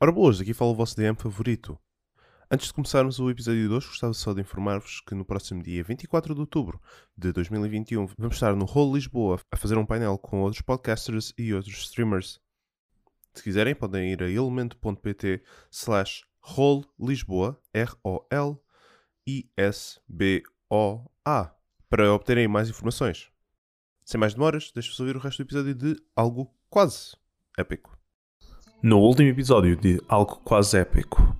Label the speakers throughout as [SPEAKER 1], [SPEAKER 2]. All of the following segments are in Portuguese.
[SPEAKER 1] Ora boas, aqui fala o vosso DM favorito. Antes de começarmos o episódio de hoje, gostava só de informar-vos que no próximo dia 24 de outubro de 2021 vamos estar no Hall Lisboa a fazer um painel com outros podcasters e outros streamers. Se quiserem, podem ir a elemento.pt slash Rol Lisboa, R-O-L-I-S-B-O-A, para obterem mais informações. Sem mais demoras, deixo-vos ouvir o resto do episódio de algo quase épico.
[SPEAKER 2] No último episódio de algo quase épico.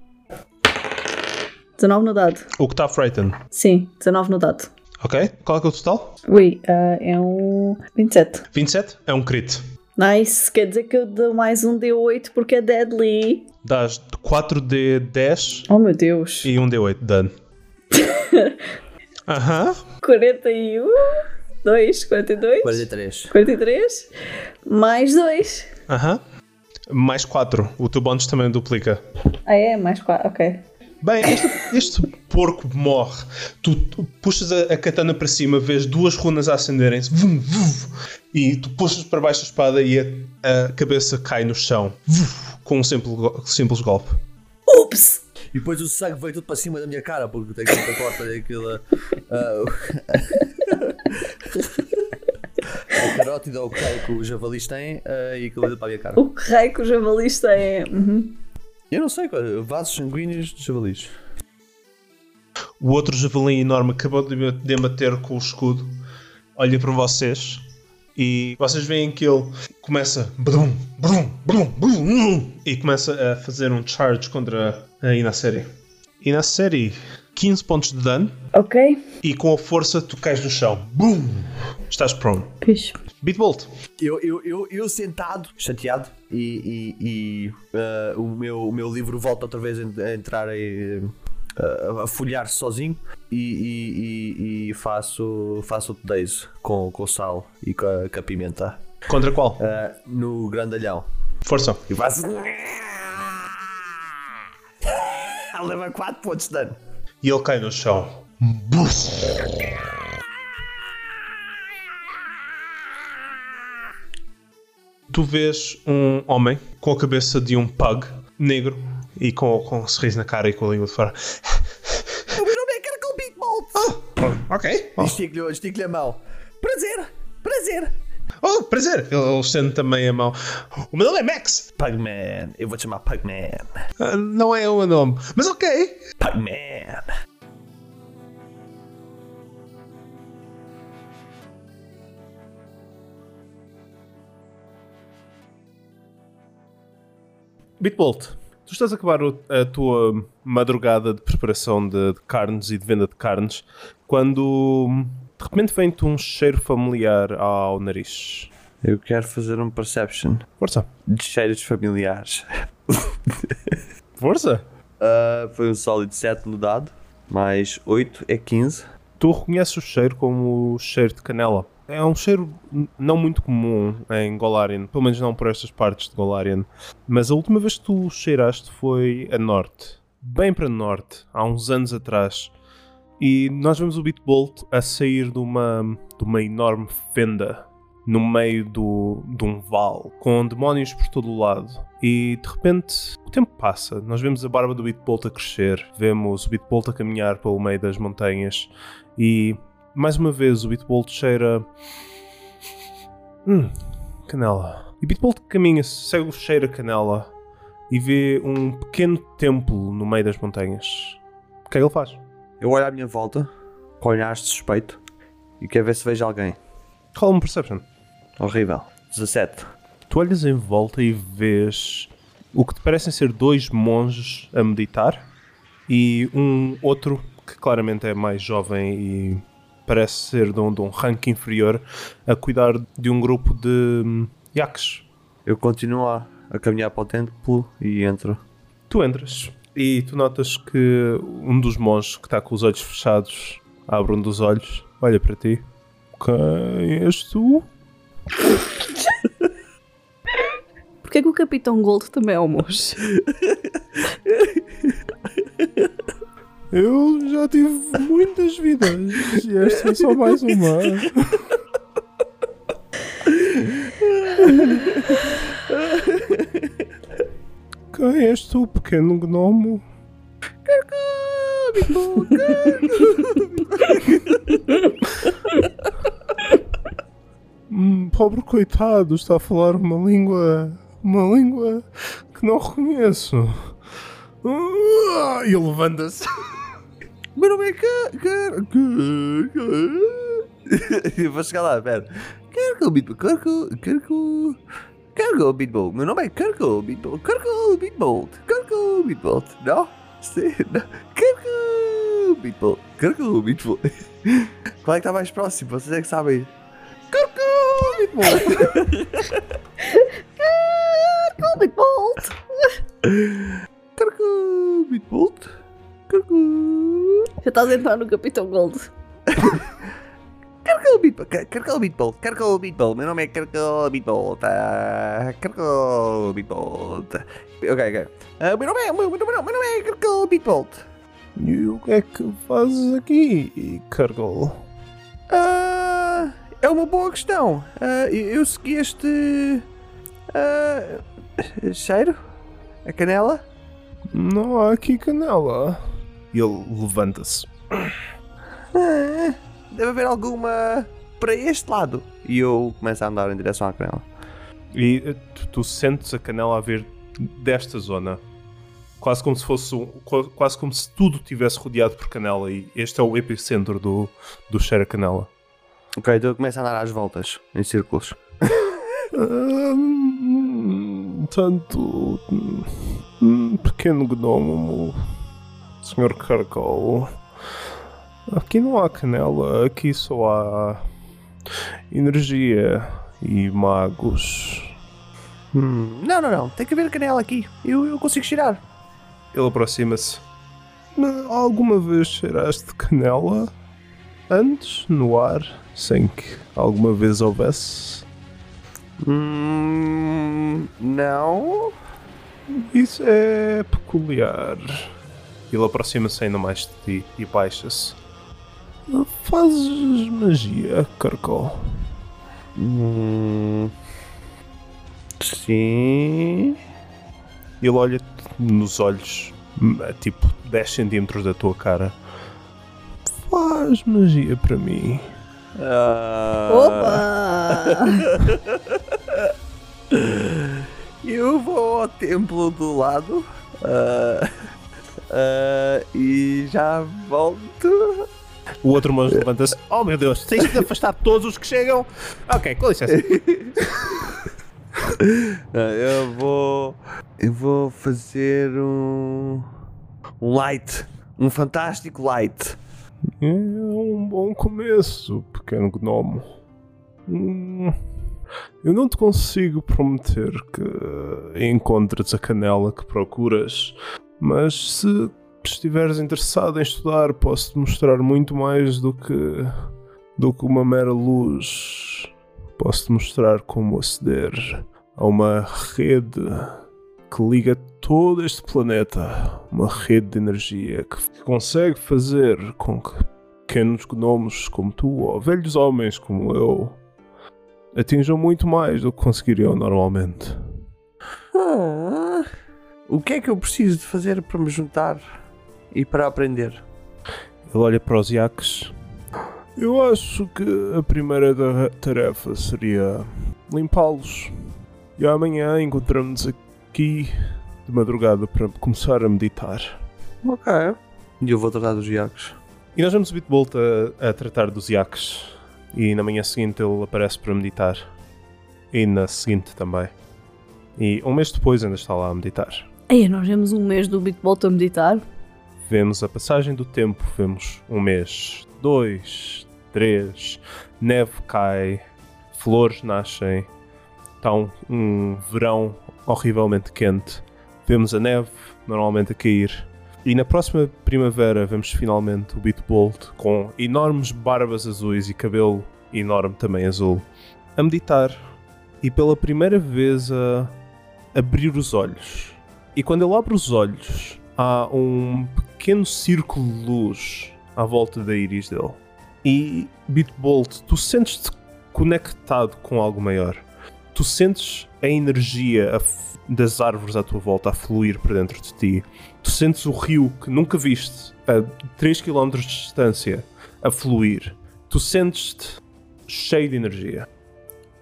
[SPEAKER 3] 19 no dado.
[SPEAKER 4] O que está Frighten,
[SPEAKER 3] Sim, 19 no dado.
[SPEAKER 4] ok? Qual é que é o total?
[SPEAKER 3] Ui, ah, é um 27.
[SPEAKER 4] 27? É um crit.
[SPEAKER 3] Nice, quer dizer que eu dou mais um D8 porque é deadly.
[SPEAKER 4] Dás 4D10
[SPEAKER 3] Oh meu Deus.
[SPEAKER 4] e 1D8 de dano. Aham.
[SPEAKER 3] 41, 2, 42,
[SPEAKER 5] 43.
[SPEAKER 3] 43, mais 2.
[SPEAKER 4] Aham. Mais 4. O teu bónus também duplica.
[SPEAKER 3] Ah é, mais 4, ok.
[SPEAKER 4] Bem, este, este porco morre. Tu, tu puxas a, a katana para cima, vês duas runas a acenderem-se. vum, vum, E tu puxas para baixo a espada e a, a cabeça cai no chão. vum, com um simples, go- simples golpe.
[SPEAKER 3] Ups!
[SPEAKER 5] E depois o sangue veio tudo para cima da minha cara, porque tem que corta e aquilo. ah, a carótida ou o que é que os javalis têm ah, e aquilo veio para a minha cara.
[SPEAKER 3] O que raio que o jabalista é? Uhum.
[SPEAKER 5] Eu não sei, qual- vasos sanguíneos de javalis.
[SPEAKER 4] O outro javelim enorme acabou de me- de me bater com o escudo. Olha para vocês e vocês veem que ele começa brum, brum, brum, brum, brum, e começa a fazer um charge contra a Inaceri. Inaceri, 15 pontos de dano
[SPEAKER 3] Ok.
[SPEAKER 4] e com a força tu cais no chão. Bum! Estás prone.
[SPEAKER 3] Pixe.
[SPEAKER 4] Bitbolt,
[SPEAKER 5] Eu, eu, eu, eu sentado, chateado, e, e, e, ah, o, meu, o meu livro volta outra vez a a entrar e, ah, a folhar sozinho e, e, e- e faço, faço outro days com, com o sal e com a, com a pimenta
[SPEAKER 4] contra qual?
[SPEAKER 5] ah, no grandalhão.
[SPEAKER 4] Força.
[SPEAKER 5] E assim, faço. Leva 4 pontos de dano.
[SPEAKER 4] E ele cai no chão. Tu vês um homem com a cabeça de um pug negro e com, com um sorriso na cara e com a língua de fora.
[SPEAKER 5] O meu nome é Caracol Bitbolt!
[SPEAKER 4] Ok.
[SPEAKER 5] Oh. Estico-lhe estico Oh. a mão. Prazer! Prazer!
[SPEAKER 4] Oh, prazer! Ele estende também a mão. O meu nome é Max!
[SPEAKER 5] Pugman, eu vou te chamar Pugman.
[SPEAKER 4] Ah, não é o meu nome, mas ok!
[SPEAKER 5] Pugman!
[SPEAKER 2] Bitbolt, tu estás a acabar o- a tua madrugada de preparação de, de carnes e de venda de carnes quando hum, de repente vem-te um cheiro familiar ao nariz.
[SPEAKER 5] Eu quero fazer um perception
[SPEAKER 2] Força.
[SPEAKER 5] de cheiros familiares.
[SPEAKER 2] Força.
[SPEAKER 5] Ah, foi um sólido 7 no dado, mais 8 é 15.
[SPEAKER 2] Tu reconheces o cheiro como o cheiro de canela. É um cheiro n- não muito comum em Golarion, pelo menos não por estas partes de Golarion. Mas a última vez que tu cheiraste foi a norte. Bem para norte, há uns anos atrás. E nós vemos o Bitbolt a sair de uma, de uma enorme fenda no meio do, de um vale, com demónios por todo o lado. E de repente o tempo passa. Nós vemos a barba do Bitbolt a crescer, vemos o Bitbolt a caminhar pelo meio das montanhas. E mais uma vez o Bitbolt cheira. Hum, canela. E Bitbolt caminha, segue o cheiro a canela e vê um pequeno templo no meio das montanhas. O que é que ele faz?
[SPEAKER 5] Eu olho à minha volta, com olhares de suspeito, e quero ver se vejo alguém.
[SPEAKER 2] Rola um Perception.
[SPEAKER 5] Horrível. 17.
[SPEAKER 2] Tu olhas em volta e vês o que te parecem ser dois monges a meditar e um outro que claramente é mais jovem e parece ser de um, de um rank inferior a cuidar de um grupo de hum, yaks.
[SPEAKER 5] Eu continuo a, a caminhar para o templo e entro.
[SPEAKER 2] Tu entras e tu notas que um dos monges que está com os olhos fechados abre um dos olhos, olha para ti. Quem és tu?
[SPEAKER 3] Porquê que o Capitão Gold também é um monge?
[SPEAKER 2] Eu já tive muitas vidas e esta é só mais uma.
[SPEAKER 1] Quem és tu, pequeno gnomo? Hum, Pobre coitado, está a falar uma língua. uma língua que não reconheço. Ah, E levanta-se.
[SPEAKER 5] Meu nome é Ca- Car- Ca- Ca- Vou chegar lá, pera. Cargo Bitbo, Cargo, Cargo. Cargo Bitbolt. Meu nome é Cargo Bitbolt. Cargo Bitbolt. Cargo Bitbolt. Não? Sim, não. Cargo Bitbolt. Cargo Bitbolt. Qual é que está mais próximo? Vocês é que sabem. Cargo Bitbolt.
[SPEAKER 3] Colby Bolt!
[SPEAKER 5] Cargo Bitbolt. Cargo.
[SPEAKER 3] Já estás a entrar no Capitão Gold.
[SPEAKER 5] Cargo Bitbolt. Car- Cargo Bitbolt. Cargo Bitbolt. Meu nome é Cargo Bitbolt. ah, Cargo Bitbolt. Ok, ok. Ah, meu nome é. Meu, meu nome, meu nome é Cargo Bitbolt.
[SPEAKER 1] E o que é que fazes aqui, Cargol?
[SPEAKER 5] Ah, é uma boa questão. Ah, eu eu segui este. ah, cheiro? A canela?
[SPEAKER 1] Não há aqui canela. E ele levanta-se.
[SPEAKER 5] Ah, deve haver alguma para este lado. E eu começo a andar em direção à canela.
[SPEAKER 1] E eh, tu, tu sentes a canela a ver desta zona. Quase como se fosse um- qu- quase como se tudo tivesse rodeado por canela e este é o epicentro do, do cheiro a canela.
[SPEAKER 5] Ok, então eu começo a andar às voltas, em círculos.
[SPEAKER 1] Hum, tanto hum, pequeno gnomo, senhor Carcol. Aqui não há canela, aqui só há energia e magos.
[SPEAKER 5] Hum, não, não, não. Tem que haver canela aqui. Eu, eu consigo tirar.
[SPEAKER 1] Ele aproxima-se. "Mas Alguma vez cheiraste canela? Antes, no ar, sem que alguma vez houvesse?
[SPEAKER 5] Hum, não.
[SPEAKER 1] Isso é peculiar. Ele aproxima-se ainda mais de ti e baixa-se. Fazes magia, Carcol.
[SPEAKER 5] Hum, sim.
[SPEAKER 1] Ele olha-te nos olhos, hum, a tipo 10 centímetros da tua cara. Faz magia para mim.
[SPEAKER 5] Ah,
[SPEAKER 3] Opa!
[SPEAKER 5] Eu vou ao templo do lado. ah, ah, e já volto.
[SPEAKER 1] O outro monge levanta-se. Oh meu Deus, tens de afastar todos os que chegam. Ok, com licença.
[SPEAKER 5] Ah, eu vou. Eu vou fazer um. Um light. Um fantástico light.
[SPEAKER 1] É um bom começo, pequeno gnomo. Hum, eu não te consigo prometer que encontres a canela que procuras, mas se estiveres interessado em estudar, posso-te mostrar muito mais do que, do que uma mera luz. Posso-te mostrar como aceder a uma rede que liga todo este planeta, uma rede de energia que consegue fazer com que pequenos gnomos como tu, ou velhos homens como eu, atinjam muito mais do que conseguiriam normalmente.
[SPEAKER 5] Ah, o que é que eu preciso de fazer para me juntar e para aprender?
[SPEAKER 1] Ele olha para os iaques. Eu acho que a primeira ta- tarefa seria limpá-los. E amanhã encontramos aqui de madrugada para começar a meditar.
[SPEAKER 5] Ok. E eu vou tratar dos Iacos.
[SPEAKER 1] E nós vemos o Bitbolt a, a tratar dos iaques. E na manhã seguinte ele aparece para meditar. E na seguinte também. E um mês depois ainda está lá a meditar.
[SPEAKER 3] Aí, nós vemos um mês do Bitbolt a meditar.
[SPEAKER 1] Vemos a passagem do tempo, vemos um mês, dois, três, neve cai, flores nascem, está um, um verão horrivelmente quente. Vemos a neve normalmente a cair. E na próxima primavera vemos finalmente o Bitbolt com enormes barbas azuis e cabelo enorme também azul a meditar e pela primeira vez a abrir os olhos. E quando ele abre os olhos, há um pequeno círculo de luz à volta da íris dele. E Bitbolt, tu sentes-te conectado com algo maior.
[SPEAKER 2] tu sentes a energia a f- das árvores à tua volta a fluir para dentro de ti. Tu sentes o rio que nunca viste a 3 km de distância a fluir. Tu sentes-te cheio de energia.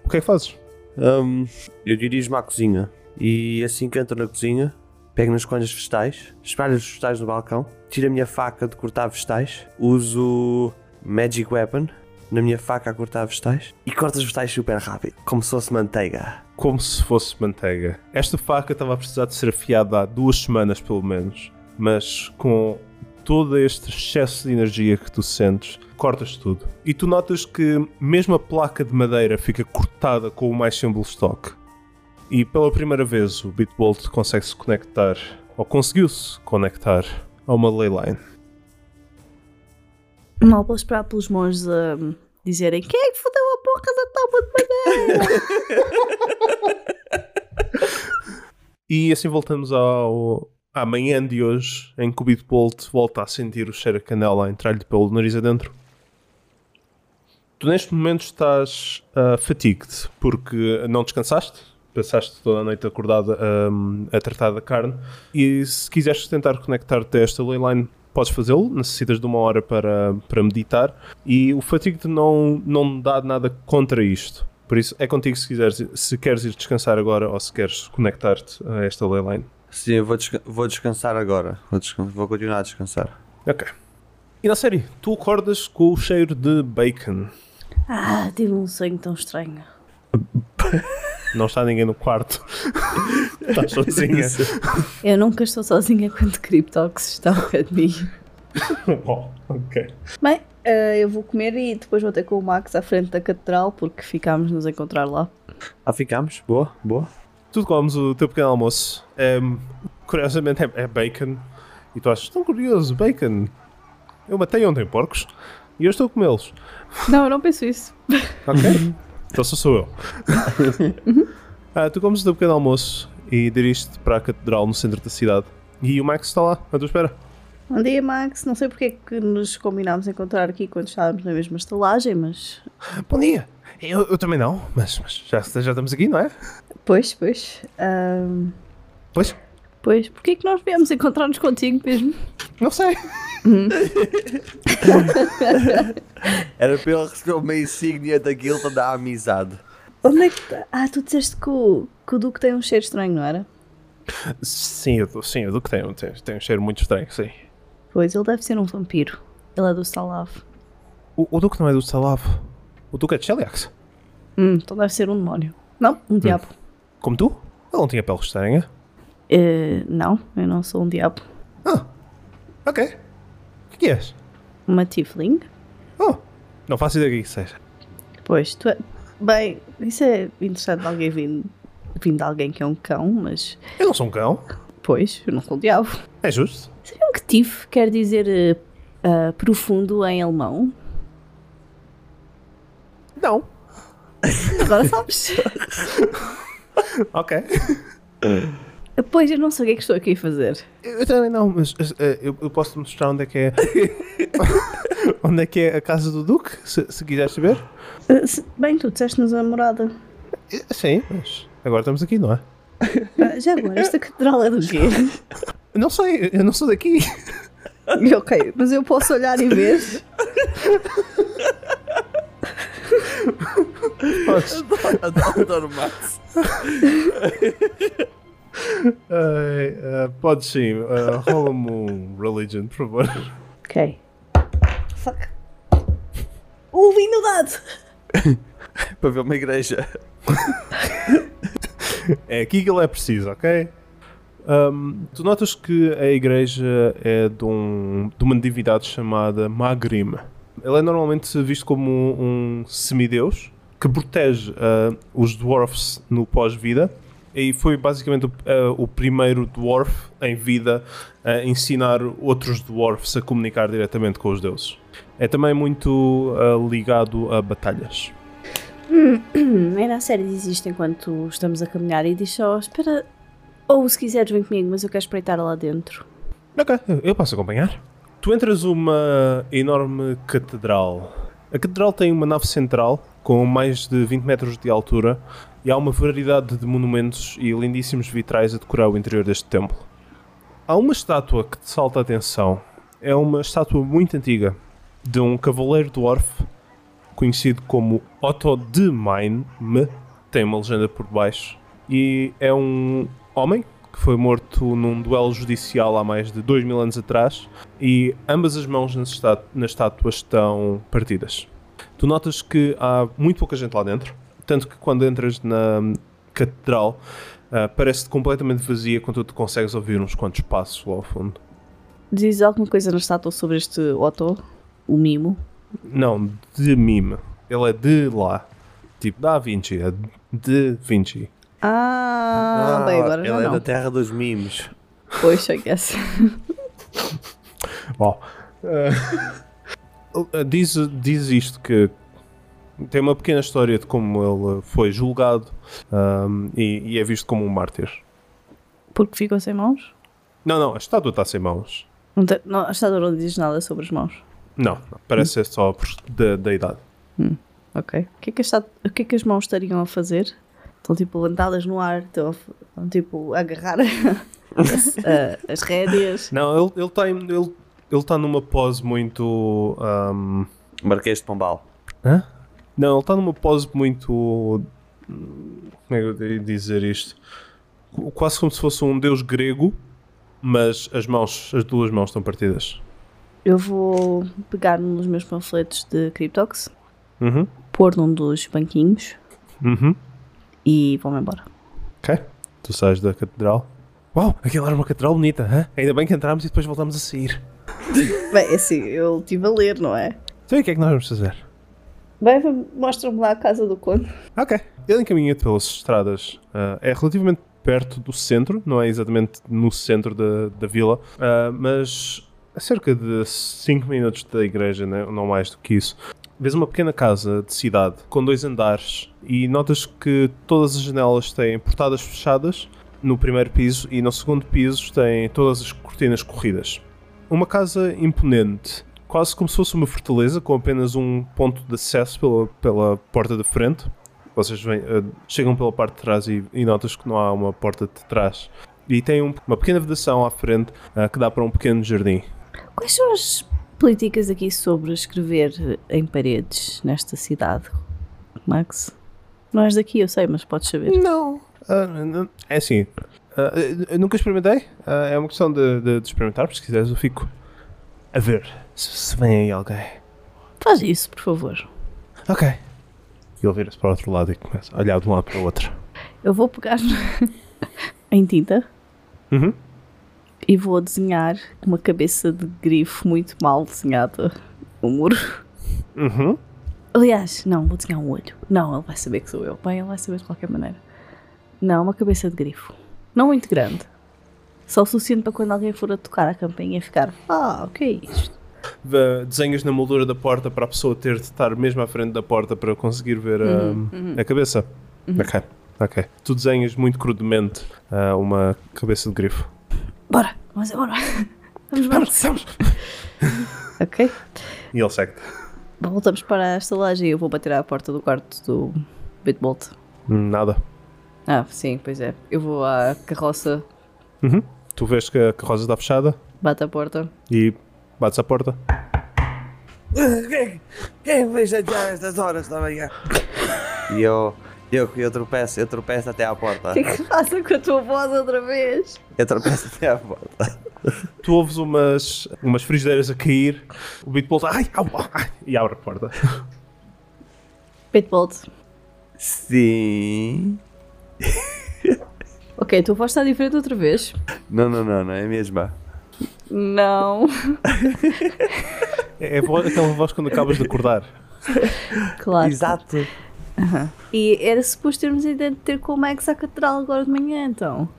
[SPEAKER 2] O que é que fazes?
[SPEAKER 5] Hum, eu dirijo-me à cozinha e assim que entro na cozinha, pego nas coisas vegetais, espalho os vegetais no balcão, tiro a minha faca de cortar vegetais, uso Magic Weapon na minha faca a cortar vegetais e corto os vegetais super rápido, como se fosse manteiga.
[SPEAKER 2] Como se fosse manteiga. Esta faca estava a precisar de ser afiada há duas semanas, pelo menos. Mas com todo este excesso de energia que tu sentes, cortas tudo. E tu notas que mesmo a placa de madeira fica cortada com o mais simples toque. E pela primeira vez o Bitbolt consegue se conectar, ou conseguiu-se conectar, a uma leyline.
[SPEAKER 3] Mal posso esperar pelos monges a dizerem quem é que fodeu a porca da tábua de madeira?
[SPEAKER 2] E assim voltamos ao à manhã de hoje, em que o Bitbolt volta a sentir o cheiro a canela a entrar-lhe pelo nariz adentro. Tu neste momento estás ah, fatigued, porque não descansaste, passaste toda a noite acordada ahm, a tratar da carne, e se quiseres tentar conectar-te a esta leyline, podes fazê-lo, necessitas de uma hora para, para meditar, e o fatigued não, não dá nada contra isto. Por isso, é contigo se, quiseres, se queres ir descansar agora ou se queres conectar-te a esta leyline.
[SPEAKER 5] Sim, eu vou, desca- vou descansar agora. Vou, desca- vou continuar a descansar.
[SPEAKER 2] Ok. E na série, tu acordas com o cheiro de bacon.
[SPEAKER 3] Ah, tive um sonho tão estranho.
[SPEAKER 2] Não está ninguém no quarto. Estás sozinha.
[SPEAKER 3] Eu nunca estou sozinha quando Cryptox está ao pé de mim.
[SPEAKER 2] Bom, ok.
[SPEAKER 3] Bem, eh, eu vou comer e depois vou ter com o Max à frente da catedral porque ficámos nos encontrar lá.
[SPEAKER 5] Ah, ficamos? Boa, boa.
[SPEAKER 2] Tu comes o teu pequeno almoço. Ehm, curiosamente é, é bacon. E tu achas tão curioso, bacon. Eu matei ontem porcos e eu estou a comê-los.
[SPEAKER 3] Não, eu não penso isso.
[SPEAKER 2] Ok? então só sou eu. Ah, tu comes o teu pequeno almoço e diriges-te para a catedral no centro da cidade. E o Max está lá, à tua espera.
[SPEAKER 3] Bom Um dia, Max. Não sei porque é que nos combinámos encontrar aqui quando estávamos na mesma estalagem, mas.
[SPEAKER 2] Bom dia. Eu, eu também não, mas, mas já, já estamos aqui, não é?
[SPEAKER 3] Pois, pois. ahm,
[SPEAKER 2] Pois,
[SPEAKER 3] pois, porque é que nós viemos encontrar-nos contigo mesmo?
[SPEAKER 2] não sei.
[SPEAKER 5] Era para ele receber uma insígnia da guilda da amizade.
[SPEAKER 3] Onde é que tá? Ah, tu disseste que o, que o Duque tem um cheiro estranho, não era?
[SPEAKER 2] Sim, eu, sim, o Duque tem, tem, tem um cheiro muito estranho, sim.
[SPEAKER 3] Pois, ele deve ser um vampiro. Ele é do Salav.
[SPEAKER 2] O, o Duque não é do Salavo. O Duque é de Sheliax.
[SPEAKER 3] Hum, então deve ser um demónio. Não, um diabo.
[SPEAKER 2] Como tu? Ele não tinha pele estranha.
[SPEAKER 3] Eh, não, eu não sou um diabo.
[SPEAKER 2] Ok. O que, que és?
[SPEAKER 3] Uma tiefling.
[SPEAKER 2] Oh, não faço ideia do que que seja.
[SPEAKER 3] Pois, tu é... Bem, isso é interessante de alguém vindo, vindo de alguém que é um cão, mas...
[SPEAKER 2] Eu não sou um cão.
[SPEAKER 3] Pois, eu não sou um diabo.
[SPEAKER 2] É justo.
[SPEAKER 3] Sabiam que tief quer dizer eh, ah, profundo em alemão?
[SPEAKER 2] Não.
[SPEAKER 3] Agora sabes.
[SPEAKER 2] Ok.
[SPEAKER 3] pois, eu não sei o que é que estou aqui a fazer.
[SPEAKER 2] Eu, eu também não, mas eh, eu, eu posso te mostrar onde é que é. onde é que é a casa do Duque, se, se quiseres saber.
[SPEAKER 3] Eh, se- Bem, tu disseste-nos a morada.
[SPEAKER 2] Eh, Sim, mas agora estamos aqui, não é?
[SPEAKER 3] Ah, já agora, esta catedral é do quê?
[SPEAKER 2] Eu Não sei, eu não sou daqui.
[SPEAKER 3] ok, mas eu posso olhar e ver.
[SPEAKER 2] Podes.
[SPEAKER 5] Adoro Max.
[SPEAKER 2] Ai, ah, pode sim. Ah, Rola-me um religion, por favor.
[SPEAKER 3] Ok. Fuck. O vinho dado!
[SPEAKER 5] Para ver uma igreja.
[SPEAKER 2] É aqui que ele é preciso, ok? Ahm, tu notas que a igreja é de, um- de uma divindade chamada Magrim. Ele é normalmente visto como um, um semideus que protege ah, os dwarfs no pós-vida. E foi basicamente o, ah, o primeiro dwarf em vida a ensinar outros dwarfs a comunicar diretamente com os deuses. É também muito ah, ligado a batalhas.
[SPEAKER 3] Hum, Era a série diz isto enquanto estamos a caminhar e diz só: espera. Ou se quiseres, vem comigo, mas eu quero espreitar lá dentro.
[SPEAKER 2] Ok, eu posso acompanhar. Tu entras uma enorme catedral. A catedral tem uma nave central com mais de 20 metros de altura e há uma variedade de monumentos e lindíssimos vitrais a decorar o interior deste templo. Há uma estátua que te salta a atenção. É uma estátua muito antiga de um cavaleiro dwarf conhecido como Otto de Mine, tem uma legenda por baixo, e é um homem que foi morto num duelo judicial há mais de dois mil anos atrás, e ambas as mãos na estátua, na estátua estão partidas. Tu notas que há muito pouca gente lá dentro, tanto que quando entras na catedral ah, parece-te completamente vazia, contudo consegues ouvir uns quantos passos lá ao fundo.
[SPEAKER 3] Diz alguma coisa na estátua sobre este Otto, o mimo.
[SPEAKER 2] Não, de mime. Ele é de lá. Tipo, da Vinci. É de Vinci.
[SPEAKER 3] Ah, bem, agora
[SPEAKER 5] ele
[SPEAKER 3] já
[SPEAKER 5] é
[SPEAKER 3] não.
[SPEAKER 5] da terra dos mimos.
[SPEAKER 3] Poxa, I guess.
[SPEAKER 2] Bom. eh, diz, diz isto que tem uma pequena história de como ele foi julgado ahm, e, e é visto como um mártir.
[SPEAKER 3] Porque ficam sem mãos?
[SPEAKER 2] Não, não, a estátua está sem mãos.
[SPEAKER 3] Não tem- não, a estátua não diz nada sobre as mãos.
[SPEAKER 2] Não, não, parece ser só por- da, da idade.
[SPEAKER 3] Ok. O que, é que a estátua- o que é que as mãos estariam a fazer? Estão tipo levantadas no ar, estão, a f- estão, tipo a agarrar as, a- as rédeas.
[SPEAKER 2] Não, ele está ele tá em- ele, ele tá numa pose muito. ahm,
[SPEAKER 5] Marquês de Pombal.
[SPEAKER 2] Não, ele está numa pose muito. Como é que eu devo dizer isto? Qu- Quase como se fosse um deus grego, mas as mãos, as duas mãos estão partidas.
[SPEAKER 3] Eu vou pegar um dos meus panfletos de Cryptox,
[SPEAKER 2] Uhum.
[SPEAKER 3] pôr num dos banquinhos
[SPEAKER 2] Uhum.
[SPEAKER 3] e vou-me embora.
[SPEAKER 2] Ok. Tu sais da catedral. Uau, aquela era uma catedral bonita, hã? Ainda bem que entramos e depois voltamos a sair.
[SPEAKER 3] Bem, assim, eu estive a ler, não é?
[SPEAKER 2] Então e o que é que nós vamos fazer?
[SPEAKER 3] Bem, mostra-me lá a casa do conde.
[SPEAKER 2] Ok. Ele encaminha-te pelas estradas. ah, é relativamente perto do centro, não é exatamente no centro da, da vila, ah, mas a cerca de 5 minutos da igreja, né, não mais do que isso. Vês uma pequena casa de cidade com dois andares e notas que todas as janelas têm portadas fechadas no primeiro piso e no segundo piso têm todas as cortinas corridas. Uma casa imponente, quase como se fosse uma fortaleza com apenas um ponto de acesso pela, pela porta de frente vocês vêm, eh, chegam pela parte de trás e, e notas que não há uma porta de trás. E tem um- uma pequena vedação à frente eh, que dá para um pequeno jardim.
[SPEAKER 3] Quais são as políticas aqui sobre escrever em paredes nesta cidade, Max? Não és daqui, eu sei, mas podes saber.
[SPEAKER 2] Não. é assim. ah, eu- eu nunca experimentei. ah, é uma questão de, de- de experimentar, porque se quiseres eu fico a ver se, se vem aí alguém.
[SPEAKER 3] Faz isso, por favor.
[SPEAKER 2] Ok. E ele vira-se para o outro lado e começa a olhar de um lado para o outro.
[SPEAKER 3] Eu vou pegar em tinta
[SPEAKER 2] Uhum.
[SPEAKER 3] e vou desenhar uma cabeça de grifo muito mal desenhada no muro.
[SPEAKER 2] Uhum.
[SPEAKER 3] Aliás, não, vou desenhar um olho. Não, ele vai saber que sou eu. Bem, ele vai saber de qualquer maneira. Não, uma cabeça de grifo. Não muito grande. Só o suficiente para quando alguém for a tocar a campainha ficar. Ah, o que é isto?
[SPEAKER 2] Vê- Desenhas na moldura da porta para a pessoa ter de estar mesmo à frente da porta para conseguir ver ah, a cabeça. Ok, ok. Tu desenhas muito crudemente ah, uma cabeça de grifo.
[SPEAKER 3] Bora, vamos embora. Vamos, vamos. ok.
[SPEAKER 2] E ele segue.
[SPEAKER 3] Voltamos para a estalagem e eu vou bater à porta do quarto do Bitbolt.
[SPEAKER 2] Nada.
[SPEAKER 3] Ah, sim, pois é. Eu vou à carroça,
[SPEAKER 2] Uhum. Tu vês que a carroça está fechada
[SPEAKER 3] bato à porta.
[SPEAKER 2] e bates à porta.
[SPEAKER 5] Quem, quem vai jantar estas horas da manhã? E eu, eu, eu tropeço, eu tropeço até à porta.
[SPEAKER 3] O que é que faça com a tua voz outra vez?
[SPEAKER 5] Eu tropeço até à porta.
[SPEAKER 2] Tu ouves umas, umas frigideiras a cair, o Bitbolt ai, au, au, ai, e abre a porta.
[SPEAKER 3] Bitbolt.
[SPEAKER 5] Sim.
[SPEAKER 3] Ok, a tua voz está diferente outra vez.
[SPEAKER 5] Não, não, não, não é a mesma.
[SPEAKER 3] Não.
[SPEAKER 2] É, é vo- aquela voz quando acabas de acordar.
[SPEAKER 3] Claro.
[SPEAKER 5] Exato.
[SPEAKER 3] E era suposto termos ido ter com o Max à catedral agora de manhã, então.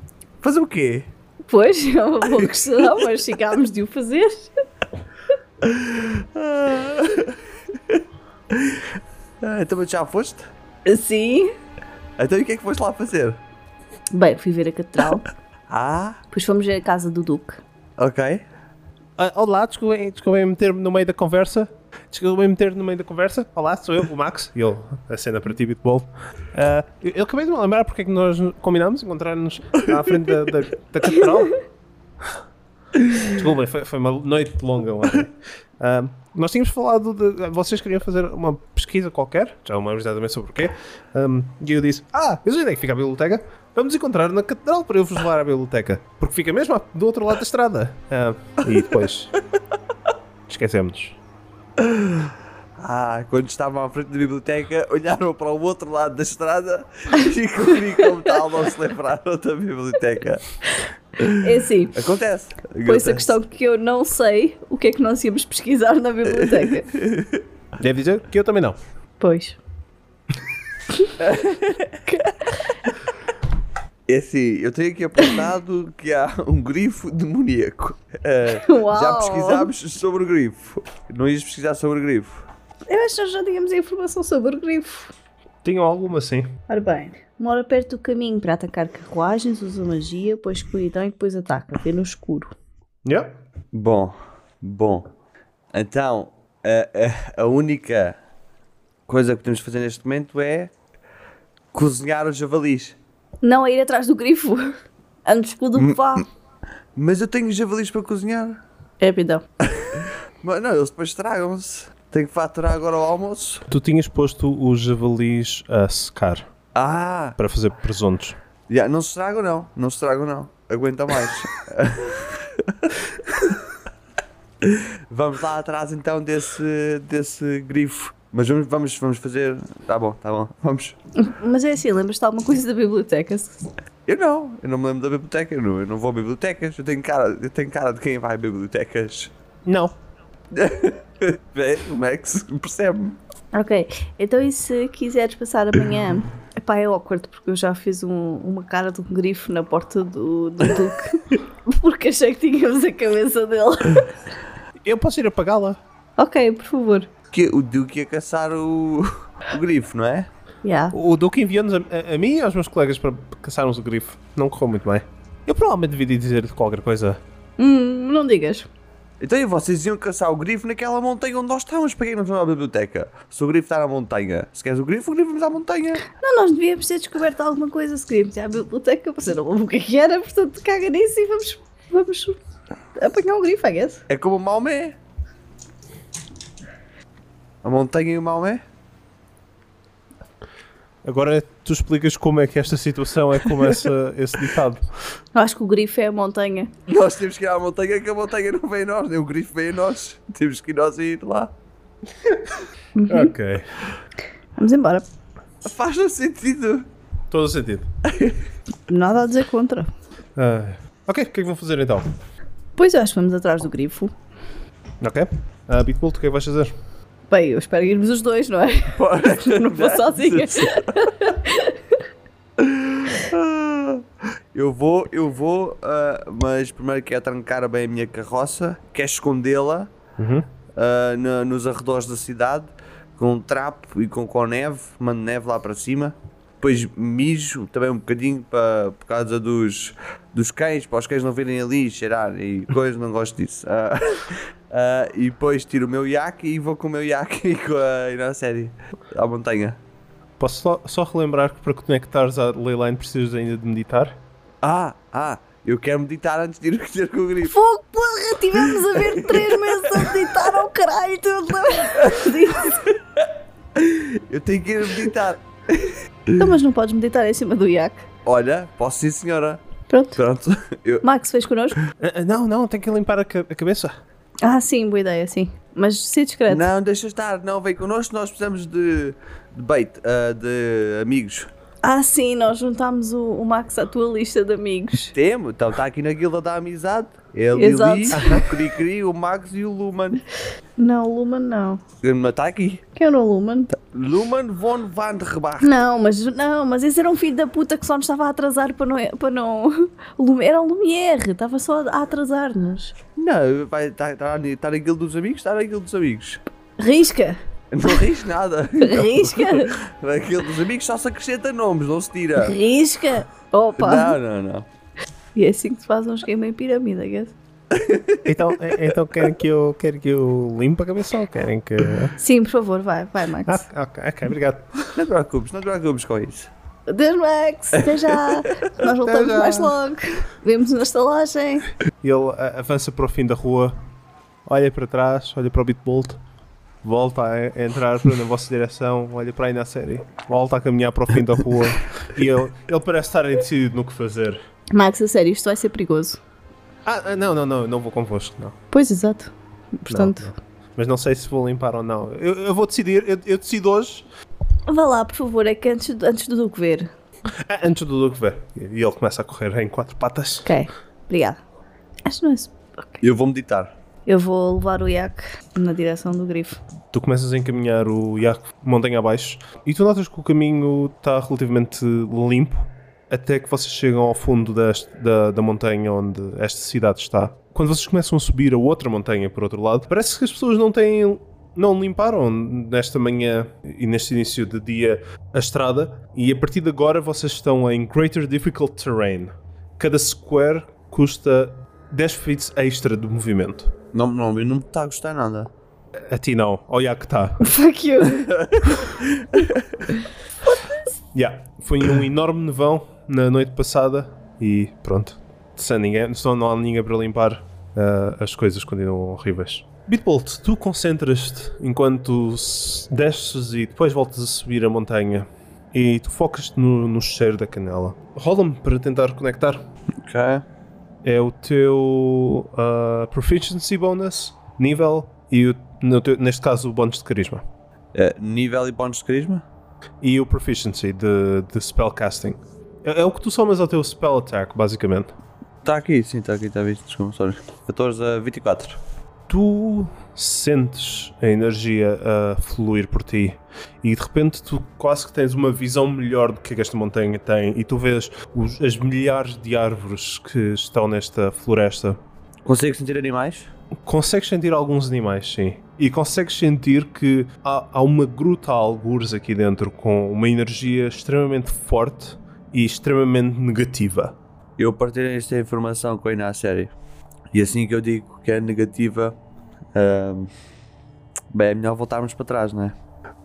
[SPEAKER 5] Fazer o quê?
[SPEAKER 3] Pois, é uma boa questão, mas chegámos de o fazer.
[SPEAKER 5] Ah, então mas já foste?
[SPEAKER 3] Assim.
[SPEAKER 5] Então e o que é que foste lá fazer?
[SPEAKER 3] Bem, fui ver a catedral.
[SPEAKER 5] Ah,
[SPEAKER 3] Depois fomos ver a casa do Duque.
[SPEAKER 5] ok.
[SPEAKER 2] Ah, olá, desculpem, desculpem meter-me no meio da conversa. Chegou a meter no meio da conversa. Olá, sou eu, o Max. E ele, a cena para ti, Bitbol. Ah, eu, eu acabei de me lembrar porque é que nós combinámos encontrar-nos à frente da, da, da catedral. Desculpem, foi, foi uma noite longa um ontem. Ah, nós tínhamos falado de. ah, Vocês queriam fazer uma pesquisa qualquer, já uma universidade também sobre o quê. Ahm, e eu disse: Ah, eu sei onde é que fica a biblioteca. Vamos encontrar na catedral para eu vos levar à biblioteca. Porque fica mesmo à- do outro lado da estrada. Ah, e depois. Esquecemos.
[SPEAKER 5] Ah, quando estavam à frente da biblioteca, olharam para o outro lado da estrada e comigo como tal não se lembraram da biblioteca.
[SPEAKER 3] É assim,
[SPEAKER 5] Acontece.
[SPEAKER 3] pois
[SPEAKER 5] Acontece.
[SPEAKER 3] a questão que eu não sei o que é que nós íamos pesquisar na biblioteca.
[SPEAKER 2] Deve dizer que eu também não.
[SPEAKER 3] Pois.
[SPEAKER 5] É assim, eu tenho aqui apontado que há um grifo demoníaco. Eh,
[SPEAKER 3] Uau!
[SPEAKER 5] já pesquisámos sobre o grifo. Não ias pesquisar sobre o grifo.
[SPEAKER 3] Eu acho que nós já tínhamos a informação sobre o grifo.
[SPEAKER 2] Tinham alguma sim.
[SPEAKER 3] Ora bem, mora perto do caminho para atacar carruagens, usa magia, põe escuridão e depois ataca, vê no escuro.
[SPEAKER 2] Yeah.
[SPEAKER 5] Bom, bom. Então, a, a- a única coisa que podemos fazer neste momento é cozinhar os javalis.
[SPEAKER 3] Não é ir atrás do grifo. Antes que o do pá.
[SPEAKER 5] Mas eu tenho javalis para cozinhar.
[SPEAKER 3] É, pidão.
[SPEAKER 5] Mas não, eles depois estragam-se. Tenho que faturar agora o almoço.
[SPEAKER 2] Tu tinhas posto os javalis a secar
[SPEAKER 5] Ah,
[SPEAKER 2] para fazer presuntos.
[SPEAKER 5] já, não se estragam não, não se estragam não. Aguenta mais. vamos lá atrás então desse, desse grifo. Mas vamos, vamos, vamos fazer... Tá bom, tá bom, vamos.
[SPEAKER 3] Mas é assim, lembras-te de alguma coisa da biblioteca?
[SPEAKER 5] Eu não, eu não me lembro da biblioteca, eu não, eu não vou a bibliotecas. Eu tenho cara, eu tenho cara de quem vai a bibliotecas.
[SPEAKER 2] Não.
[SPEAKER 5] Vê, o Max percebe-me.
[SPEAKER 3] Ok, então e se quiseres passar amanhã? Epá, é awkward porque eu já fiz um- uma cara de um grifo na porta do, do Duque porque achei que tínhamos a cabeça dele.
[SPEAKER 2] Eu posso ir apagá-la.
[SPEAKER 3] Ok, por favor.
[SPEAKER 5] Que o Duke ia caçar o, o grifo, não é?
[SPEAKER 3] Yeah.
[SPEAKER 2] O Duque enviou-nos a, a- a mim e aos meus colegas para caçarmos o grifo. Não correu muito bem. Eu provavelmente devia dizer qualquer coisa.
[SPEAKER 3] Hum, não digas.
[SPEAKER 5] Então e vocês iam caçar o grifo naquela montanha onde nós estávamos? Para que é que não estão na biblioteca? Se o grifo está na montanha, se queres o grifo, o grifo vamos à montanha.
[SPEAKER 3] Não, nós devíamos ter descoberto alguma coisa se queríamos ir à biblioteca, mas eu não lembro o que é que era, portanto caga nisso e vamos, vamos apanhar o grifo, I guess.
[SPEAKER 5] É como o Maomé. A montanha e o Maomé?
[SPEAKER 2] Agora tu explicas como é que esta situação é como essa, esse ditado.
[SPEAKER 3] Eu acho que o grifo é a montanha.
[SPEAKER 5] Nós temos que ir à montanha que a montanha não vem a nós, nem o grifo vem a nós. Temos que ir nós ir lá.
[SPEAKER 2] ok.
[SPEAKER 3] Vamos embora.
[SPEAKER 5] Faz no sentido.
[SPEAKER 2] Todo o sentido.
[SPEAKER 3] Nada a dizer contra.
[SPEAKER 2] Ah, ok, o que é que vão fazer então?
[SPEAKER 3] Pois eu acho que vamos atrás do grifo.
[SPEAKER 2] Ok. Ah, Bitbull, tu o que é que vais fazer?
[SPEAKER 3] Bem, eu espero irmos os dois, não é? Não vou sozinha.
[SPEAKER 5] Eu vou, eu vou, ah, mas primeiro quero trancar bem a minha carroça, quero escondê-la ah, na- nos arredores da cidade, com um trapo e com, com neve, mando neve lá para cima. Depois mijo também um bocadinho para, por causa dos, dos cães, para os cães não virem ali e cheirar e coisas, não gosto disso. Ah, ah, e depois tiro o meu iaque e vou com o meu iaque e com a, e na série, à montanha.
[SPEAKER 2] Posso só, só relembrar que para conectares à Leyline precisas ainda de meditar?
[SPEAKER 5] Ah, ah, eu quero meditar antes de ir ter com o grifo.
[SPEAKER 3] Fogo, porra, tivemos a ver três meses a meditar ao caralho. Tu não te lembras disso?
[SPEAKER 5] Eu tenho que ir meditar.
[SPEAKER 3] Então, mas não podes meditar em cima do iac.
[SPEAKER 5] Olha, posso sim, senhora.
[SPEAKER 3] Pronto.
[SPEAKER 5] Pronto. Eu,
[SPEAKER 3] Max, fez connosco?
[SPEAKER 2] Ah, ah, não, não, tenho que limpar a, ca- a cabeça.
[SPEAKER 3] Ah, sim, boa ideia, sim. Mas ser discreto.
[SPEAKER 5] não, deixa estar. Não, vem connosco. Nós precisamos de, de bait, ah, de amigos.
[SPEAKER 3] Ah, sim, nós juntámos o, o Max à tua lista de amigos.
[SPEAKER 5] Temo. Então está aqui na guilda da amizade. É a Lili,
[SPEAKER 3] Exato.
[SPEAKER 5] o Cricri, o Max e o Luman.
[SPEAKER 3] Não, Luman não.
[SPEAKER 5] Está aqui.
[SPEAKER 3] Quem era o Luman?
[SPEAKER 5] Luman von Van der Bach.
[SPEAKER 3] Não, mas não, mas esse era um filho da puta que só nos estava a atrasar para não. Para não... Lume- Era o Lumière, estava só a atrasar-nos.
[SPEAKER 5] Não, vai- está está na- está na guilda dos amigos? Está na guilda dos amigos.
[SPEAKER 3] Risca!
[SPEAKER 5] Não diz nada.
[SPEAKER 3] Risca!
[SPEAKER 5] Na guilda dos amigos só se acrescenta nomes, não se tira.
[SPEAKER 3] Risca! Opa!
[SPEAKER 5] Não, não, não.
[SPEAKER 3] E é assim que se faz um esquema em pirâmide, I guess.
[SPEAKER 2] Então, é- então querem, que eu, querem que eu limpe a cabeça ou querem que.
[SPEAKER 3] Sim, por favor, vai, vai, Max.
[SPEAKER 2] Ah, ok, ok, obrigado.
[SPEAKER 5] Não te preocupes, não te preocupes com isso.
[SPEAKER 3] Adeus, Max, até já. Nós voltamos
[SPEAKER 2] já.
[SPEAKER 3] mais logo. Vemos na estalagem.
[SPEAKER 2] E Ele a- avança para o fim da rua, olha para trás, olha para o Bitbolt, volta a a entrar para- na vossa direção, olha para aí na série, volta a caminhar para o fim da rua e ele, ele parece estar indecidido no que fazer.
[SPEAKER 3] Max, a sério, isto vai ser perigoso.
[SPEAKER 2] Ah, ah, não, não, não, eu não vou convosco, não.
[SPEAKER 3] Pois, exato. Portanto,
[SPEAKER 2] Mas não sei se vou limpar ou não. Eu, eu vou decidir, eu, eu decido hoje,
[SPEAKER 3] vá lá, por favor, é que antes, antes do Duque ver.
[SPEAKER 2] ah, antes do Duque ver. E e ele começa a correr em quatro patas.
[SPEAKER 3] Ok, obrigada. Acho que não é isso.
[SPEAKER 5] Eu vou meditar.
[SPEAKER 3] Eu vou levar o Iac na direção do grifo.
[SPEAKER 2] Tu começas a encaminhar o iaco montanha abaixo e tu notas que o caminho está relativamente limpo até que vocês chegam ao fundo deste- da, da montanha onde esta cidade está. Quando vocês começam a subir a outra montanha por outro lado, parece que as pessoas não têm. não limparam nesta manhã e neste início de dia a estrada e a partir de agora vocês estão em Greater Difficult Terrain. Cada square custa 10 feet extra de movimento.
[SPEAKER 5] Não, não, eu não me está a gostar nada.
[SPEAKER 2] A ti não, ao iaco está.
[SPEAKER 3] Fuck you.
[SPEAKER 2] Yeah. Foi um enorme nevão na noite passada e pronto. Sem ninguém, só não há ninguém para limpar, ah, as coisas continuam horríveis. Bitbolt, tu concentras-te enquanto s- desces e depois voltas a subir a montanha e tu focas-te no, no cheiro da canela. Rola-me para tentar conectar.
[SPEAKER 5] Ok.
[SPEAKER 2] É o teu ah, Proficiency Bonus, nível e, o, no teu- neste caso, o bónus de carisma.
[SPEAKER 5] É, nível e bónus de carisma?
[SPEAKER 2] e o Proficiency de, de Spellcasting. É, é o que tu somas ao teu Spell Attack, basicamente.
[SPEAKER 5] Está Tá aqui, sim, está aqui, está visto. Desculpa, sorry. 14 a 24.
[SPEAKER 2] Tu sentes a energia a fluir por ti e de repente tu quase que tens uma visão melhor do que, é que esta montanha tem e tu vês os- as milhares de árvores que estão nesta floresta.
[SPEAKER 5] Consegue sentir animais?
[SPEAKER 2] Consegues sentir alguns animais, sim. E consegues sentir que há, há uma gruta a algures aqui dentro com uma energia extremamente forte e extremamente negativa.
[SPEAKER 5] Eu partilho esta informação com a Iná série. E assim que eu digo que é negativa, ahm, bem, é melhor voltarmos para trás, não é?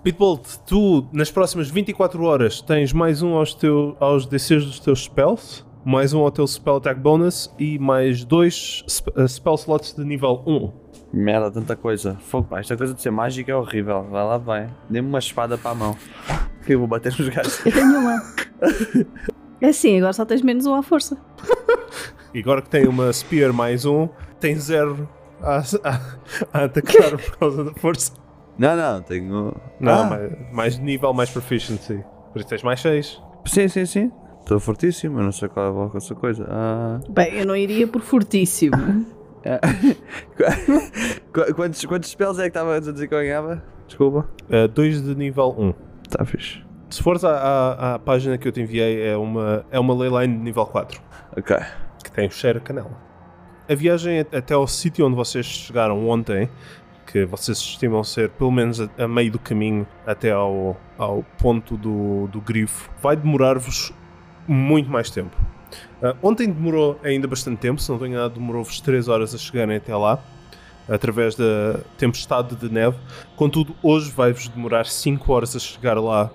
[SPEAKER 2] Pitbolt, tu nas próximas 24 horas tens mais um aos, teu, aos DCs dos teus spells, mais um ao teu spell attack bonus e mais dois sp- eh, spell slots de nível 1.
[SPEAKER 5] Merda, tanta coisa. Fogo, pá, esta coisa de ser mágica é horrível. Vai lá, vai. Dê-me uma espada para a mão. Que eu vou bater nos gajos.
[SPEAKER 3] Eu tenho uma. É assim, agora só tens menos um à força.
[SPEAKER 2] E agora que tem uma spear mais um, tem zero a, a- a atacar por causa da força.
[SPEAKER 5] Não, não, tenho.
[SPEAKER 2] Não,
[SPEAKER 5] Ah,
[SPEAKER 2] mais, mais nível, mais proficiency. Por isso tens mais 6.
[SPEAKER 5] Sim, sim, sim. Estou fortíssimo, eu não sei qual é a voz com essa coisa. Ah,
[SPEAKER 3] Bem, eu não iria por fortíssimo.
[SPEAKER 5] é. Qu- quantos, quantos spells é que estava a dizer que eu ganhava? Desculpa.
[SPEAKER 2] 2 Eh, de nível 1.
[SPEAKER 5] Tá fixe.
[SPEAKER 2] Se fores à, à- à página que eu te enviei, é uma, é uma leyline de nível 4.
[SPEAKER 5] Ok.
[SPEAKER 2] que tem o cheiro a canela. A viagem at- até ao sítio onde vocês chegaram ontem, que vocês estimam ser pelo menos a, a meio do caminho até ao, ao ponto do, do grifo, vai demorar-vos muito mais tempo. Ah, ontem demorou ainda bastante tempo, se não tenho nada, demorou-vos 3 horas a chegarem até lá, através da tempestade de neve. Contudo, hoje vai-vos demorar 5 horas a chegar lá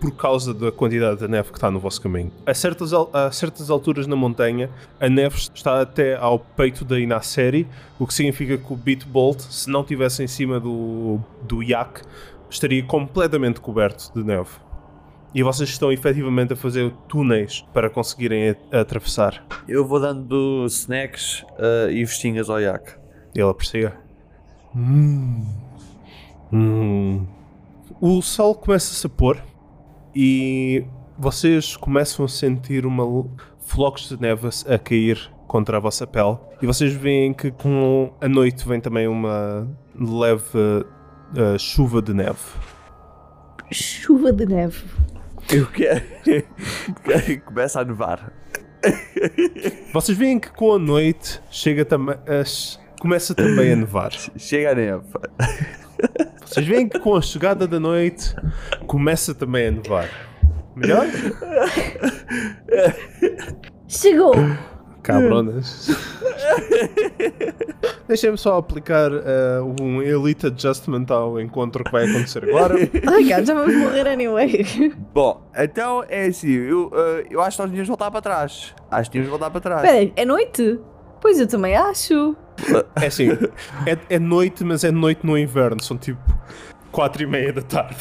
[SPEAKER 2] por causa da quantidade de neve que está no vosso caminho. A certas, al- a certas alturas na montanha, a neve está até ao peito da Inaceri, o que significa que o Bitbolt, se não estivesse em cima do, do Yak, estaria completamente coberto de neve. E vocês estão efetivamente a fazer túneis para conseguirem a- atravessar.
[SPEAKER 5] Eu vou dando snacks ah, e vestinhas ao Yak.
[SPEAKER 2] Ele aprecia. Hum. O sol começa-se a pôr e vocês começam a sentir uma l- flocos de neve a cair contra a vossa pele. E vocês veem que com a noite vem também uma leve eh, chuva de neve.
[SPEAKER 3] Chuva de neve.
[SPEAKER 5] Eu quero. Começa a nevar.
[SPEAKER 2] Vocês veem que com a noite chega também. Começa também a nevar.
[SPEAKER 5] Chega a neve.
[SPEAKER 2] Vocês veem que com a chegada da noite começa também a nevar. Melhor?
[SPEAKER 3] Chegou!
[SPEAKER 2] Cabronas. Deixem-me só aplicar eh, um Elite Adjustment ao encontro que vai acontecer agora.
[SPEAKER 3] Ai, cara, já vamos morrer anyway.
[SPEAKER 5] Bom, então é assim, eu, eh, eu acho que nós tínhamos de voltar para trás. Acho que tínhamos de voltar para trás.
[SPEAKER 3] Peraí, é noite? Pois eu também acho.
[SPEAKER 2] É assim, é, é noite, mas é noite no inverno. São tipo 4 e meia da tarde.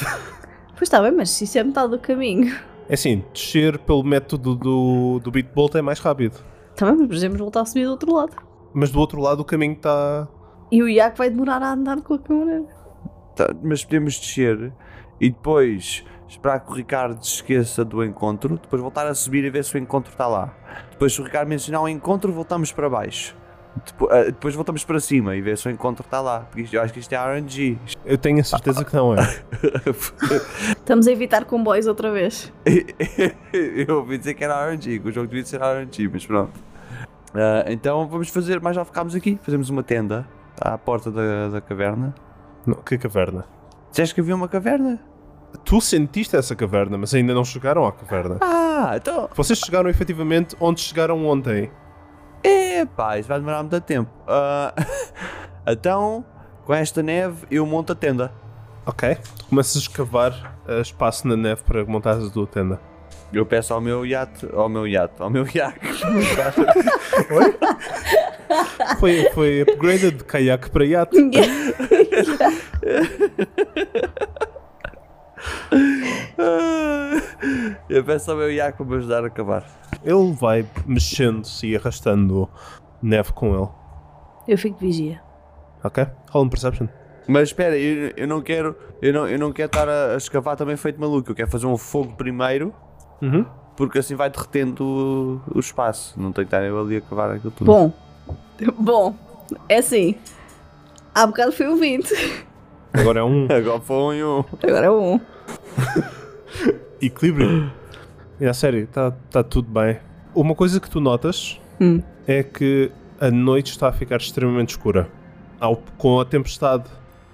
[SPEAKER 3] Pois está bem, mas isso é metade do caminho.
[SPEAKER 2] É assim, descer pelo método do, do Beat Bolt é mais rápido.
[SPEAKER 3] Tá bem, mas podemos voltar a subir do outro lado.
[SPEAKER 2] Mas do outro lado o caminho tá, está...
[SPEAKER 3] E o Iaco vai demorar a andar de qualquer maneira.
[SPEAKER 5] Tá, mas podemos descer e depois esperar que o Ricardo se esqueça do encontro, depois voltar a subir e ver se o encontro está lá. Depois, se o Ricardo mencionar o encontro, voltamos para baixo. Depo- ah, depois voltamos para cima e ver se o encontro está lá. Porque isto- eu acho que isto é RNG.
[SPEAKER 2] Eu tenho a certeza que não é.
[SPEAKER 3] Estamos a evitar comboios outra vez.
[SPEAKER 5] eu ouvi dizer que era RNG, que o jogo devia ser RNG, mas pronto. Ah, então vamos fazer, mas já ficámos aqui. Fazemos uma tenda à porta da, da caverna.
[SPEAKER 2] Não, que caverna.
[SPEAKER 5] Dizeste que havia uma caverna?
[SPEAKER 2] Tu sentiste essa caverna, mas ainda não chegaram à caverna.
[SPEAKER 5] Ah, então
[SPEAKER 2] Vocês chegaram efetivamente onde chegaram ontem.
[SPEAKER 5] Epá, isso vai demorar muito tempo. Ah, então, com esta neve, eu monto a tenda.
[SPEAKER 2] Ok. Tu começas a escavar eh, espaço na neve para montar a tua tenda.
[SPEAKER 5] Eu peço ao meu iate, ao meu iate, ao meu iaco.
[SPEAKER 2] Foi, foi upgraded de caiaque para iate.
[SPEAKER 5] eu peço ao meu iaco para me ajudar a acabar.
[SPEAKER 2] Ele vai mexendo-se e arrastando neve com ele.
[SPEAKER 3] Eu fico de vigia.
[SPEAKER 2] Ok? Roll um perception.
[SPEAKER 5] Mas espera, eu, eu não quero, eu não, eu não quero estar a, a escavar também feito maluco. Eu quero fazer um fogo primeiro,
[SPEAKER 2] Uhum.
[SPEAKER 5] porque assim vai derretendo o, o espaço. Não tenho que estar eu ali a acabar aquilo tudo.
[SPEAKER 3] Bom. Bom. É assim. Ah, Há bocado foi o 20.
[SPEAKER 2] Agora é um
[SPEAKER 5] Agora põe um.
[SPEAKER 3] Agora é o 1.
[SPEAKER 2] equilíbrio. E a sério, está tá tudo bem. Uma coisa que tu notas
[SPEAKER 3] Hum.
[SPEAKER 2] é que a noite está a ficar extremamente escura. Ao- com a tempestade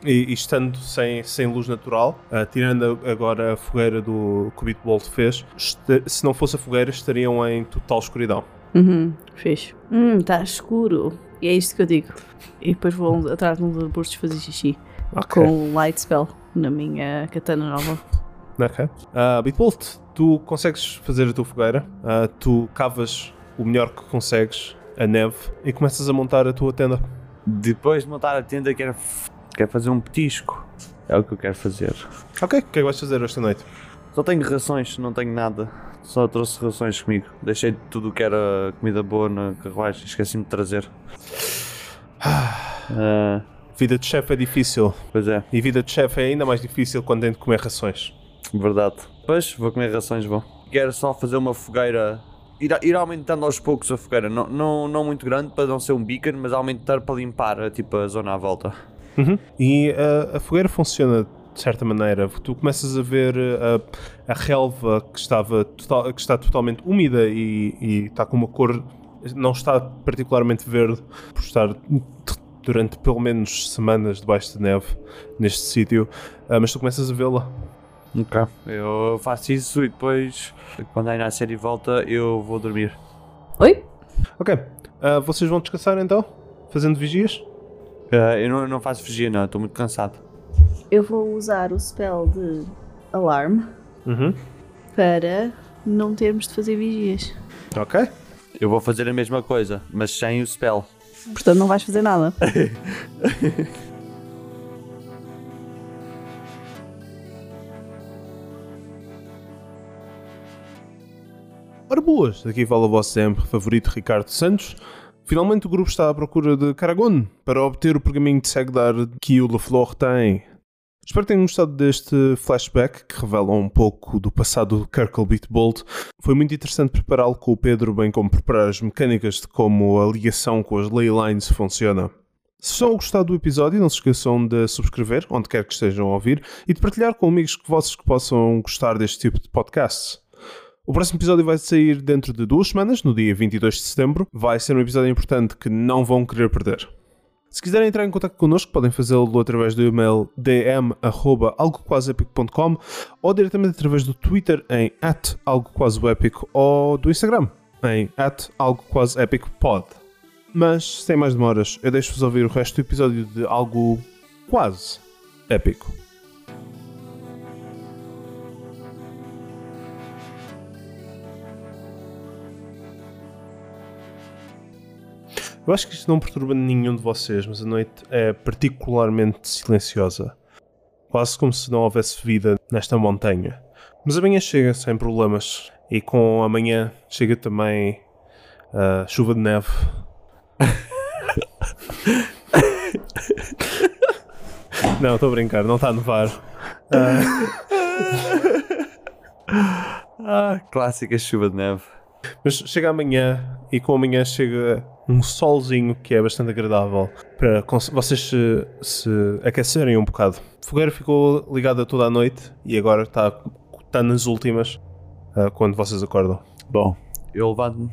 [SPEAKER 2] e, e estando sem, sem luz natural, ah, tirando a- agora a fogueira do que o Bitbolt fez, esta- se não fosse a fogueira estariam em total escuridão.
[SPEAKER 3] Uhum. Fez. Hum, está escuro. E é isto que eu digo. E depois vou um- atrás de uns arbustos fazer xixi. Com o Light Spell na minha katana nova.
[SPEAKER 2] Ok. Ah, Bitbolt, tu consegues fazer a tua fogueira, ah, tu cavas o melhor que consegues, a neve, e começas a montar a tua tenda.
[SPEAKER 5] Depois de montar a tenda, quero, f- quero fazer um petisco. É o que eu quero fazer.
[SPEAKER 2] Ok, o que é que vais fazer esta noite?
[SPEAKER 5] Só tenho rações, não tenho nada. Só trouxe rações comigo. Deixei tudo o que era comida boa na carruagem, esqueci-me de trazer. Ah,
[SPEAKER 2] Vida de chefe é difícil,
[SPEAKER 5] pois é,
[SPEAKER 2] e vida de chefe é ainda mais difícil quando tem de comer rações.
[SPEAKER 5] verdade. Pois, vou comer rações, bom. Quero só fazer uma fogueira. Ir, ir aumentando aos poucos a fogueira. Não, não, não muito grande para não ser um beacon, mas aumentar para limpar eh, tipo, a zona à volta.
[SPEAKER 2] Uhum. E uh, a fogueira funciona de certa maneira. Tu começas a ver uh, a, a relva que, estava total- que está totalmente úmida e, e está com uma cor. não está particularmente verde, por estar t- durante pelo menos semanas debaixo de neve neste sítio, uh, mas tu começas a vê-la.
[SPEAKER 5] Ok. Eu faço isso e depois, quando a Iná série volta, eu vou dormir.
[SPEAKER 3] Oi?
[SPEAKER 2] Ok, uh, vocês vão descansar então? Fazendo vigias?
[SPEAKER 5] Ah, eu não, não faço fugir, não, estou muito cansado.
[SPEAKER 3] Eu vou usar o spell de alarme
[SPEAKER 2] Uhum.
[SPEAKER 3] para não termos de fazer vigias.
[SPEAKER 2] Ok.
[SPEAKER 5] Eu vou fazer a mesma coisa, mas sem o spell.
[SPEAKER 3] Portanto, não vais fazer nada.
[SPEAKER 2] Ora boas, aqui fala o vosso sempre favorito Ricardo Santos. Finalmente o grupo está à procura de Caragon para obter o pergaminho de Segdar que o LaFleur tem. Espero que tenham gostado deste flashback que revela um pouco do passado do Kirklebeat Bolt. Foi muito interessante prepará-lo com o Pedro, bem como preparar as mecânicas de como a ligação com as ley lines funciona. Se estão a gostar do episódio, não se esqueçam de subscrever, onde quer que estejam a ouvir, e de partilhar com amigos que vossos que possam gostar deste tipo de podcasts. O próximo episódio vai sair dentro de duas semanas, no dia 22 de setembro. Vai ser um episódio importante que não vão querer perder. Se quiserem entrar em contato connosco, podem fazê-lo através do e-mail dm.algoquaseepic.com ou diretamente através do Twitter em algoquaseepic ou do Instagram em algoquaseepicpod. Mas, sem mais demoras, eu deixo-vos ouvir o resto do episódio de algo quase épico. Eu acho que isto não perturba nenhum de vocês, mas a noite é particularmente silenciosa. Quase como se não houvesse vida nesta montanha. Mas amanhã chega sem problemas. E com amanhã chega também ah, chuva de neve. não, estou a brincar, não está a nevar.
[SPEAKER 5] Ah, clássica chuva de neve.
[SPEAKER 2] Mas chega amanhã e com amanhã chega um solzinho que é bastante agradável para cons- vocês se, se aquecerem um bocado. A fogueira ficou ligada toda a noite e agora está tá nas últimas ah, quando vocês acordam.
[SPEAKER 5] Bom, eu levanto-me,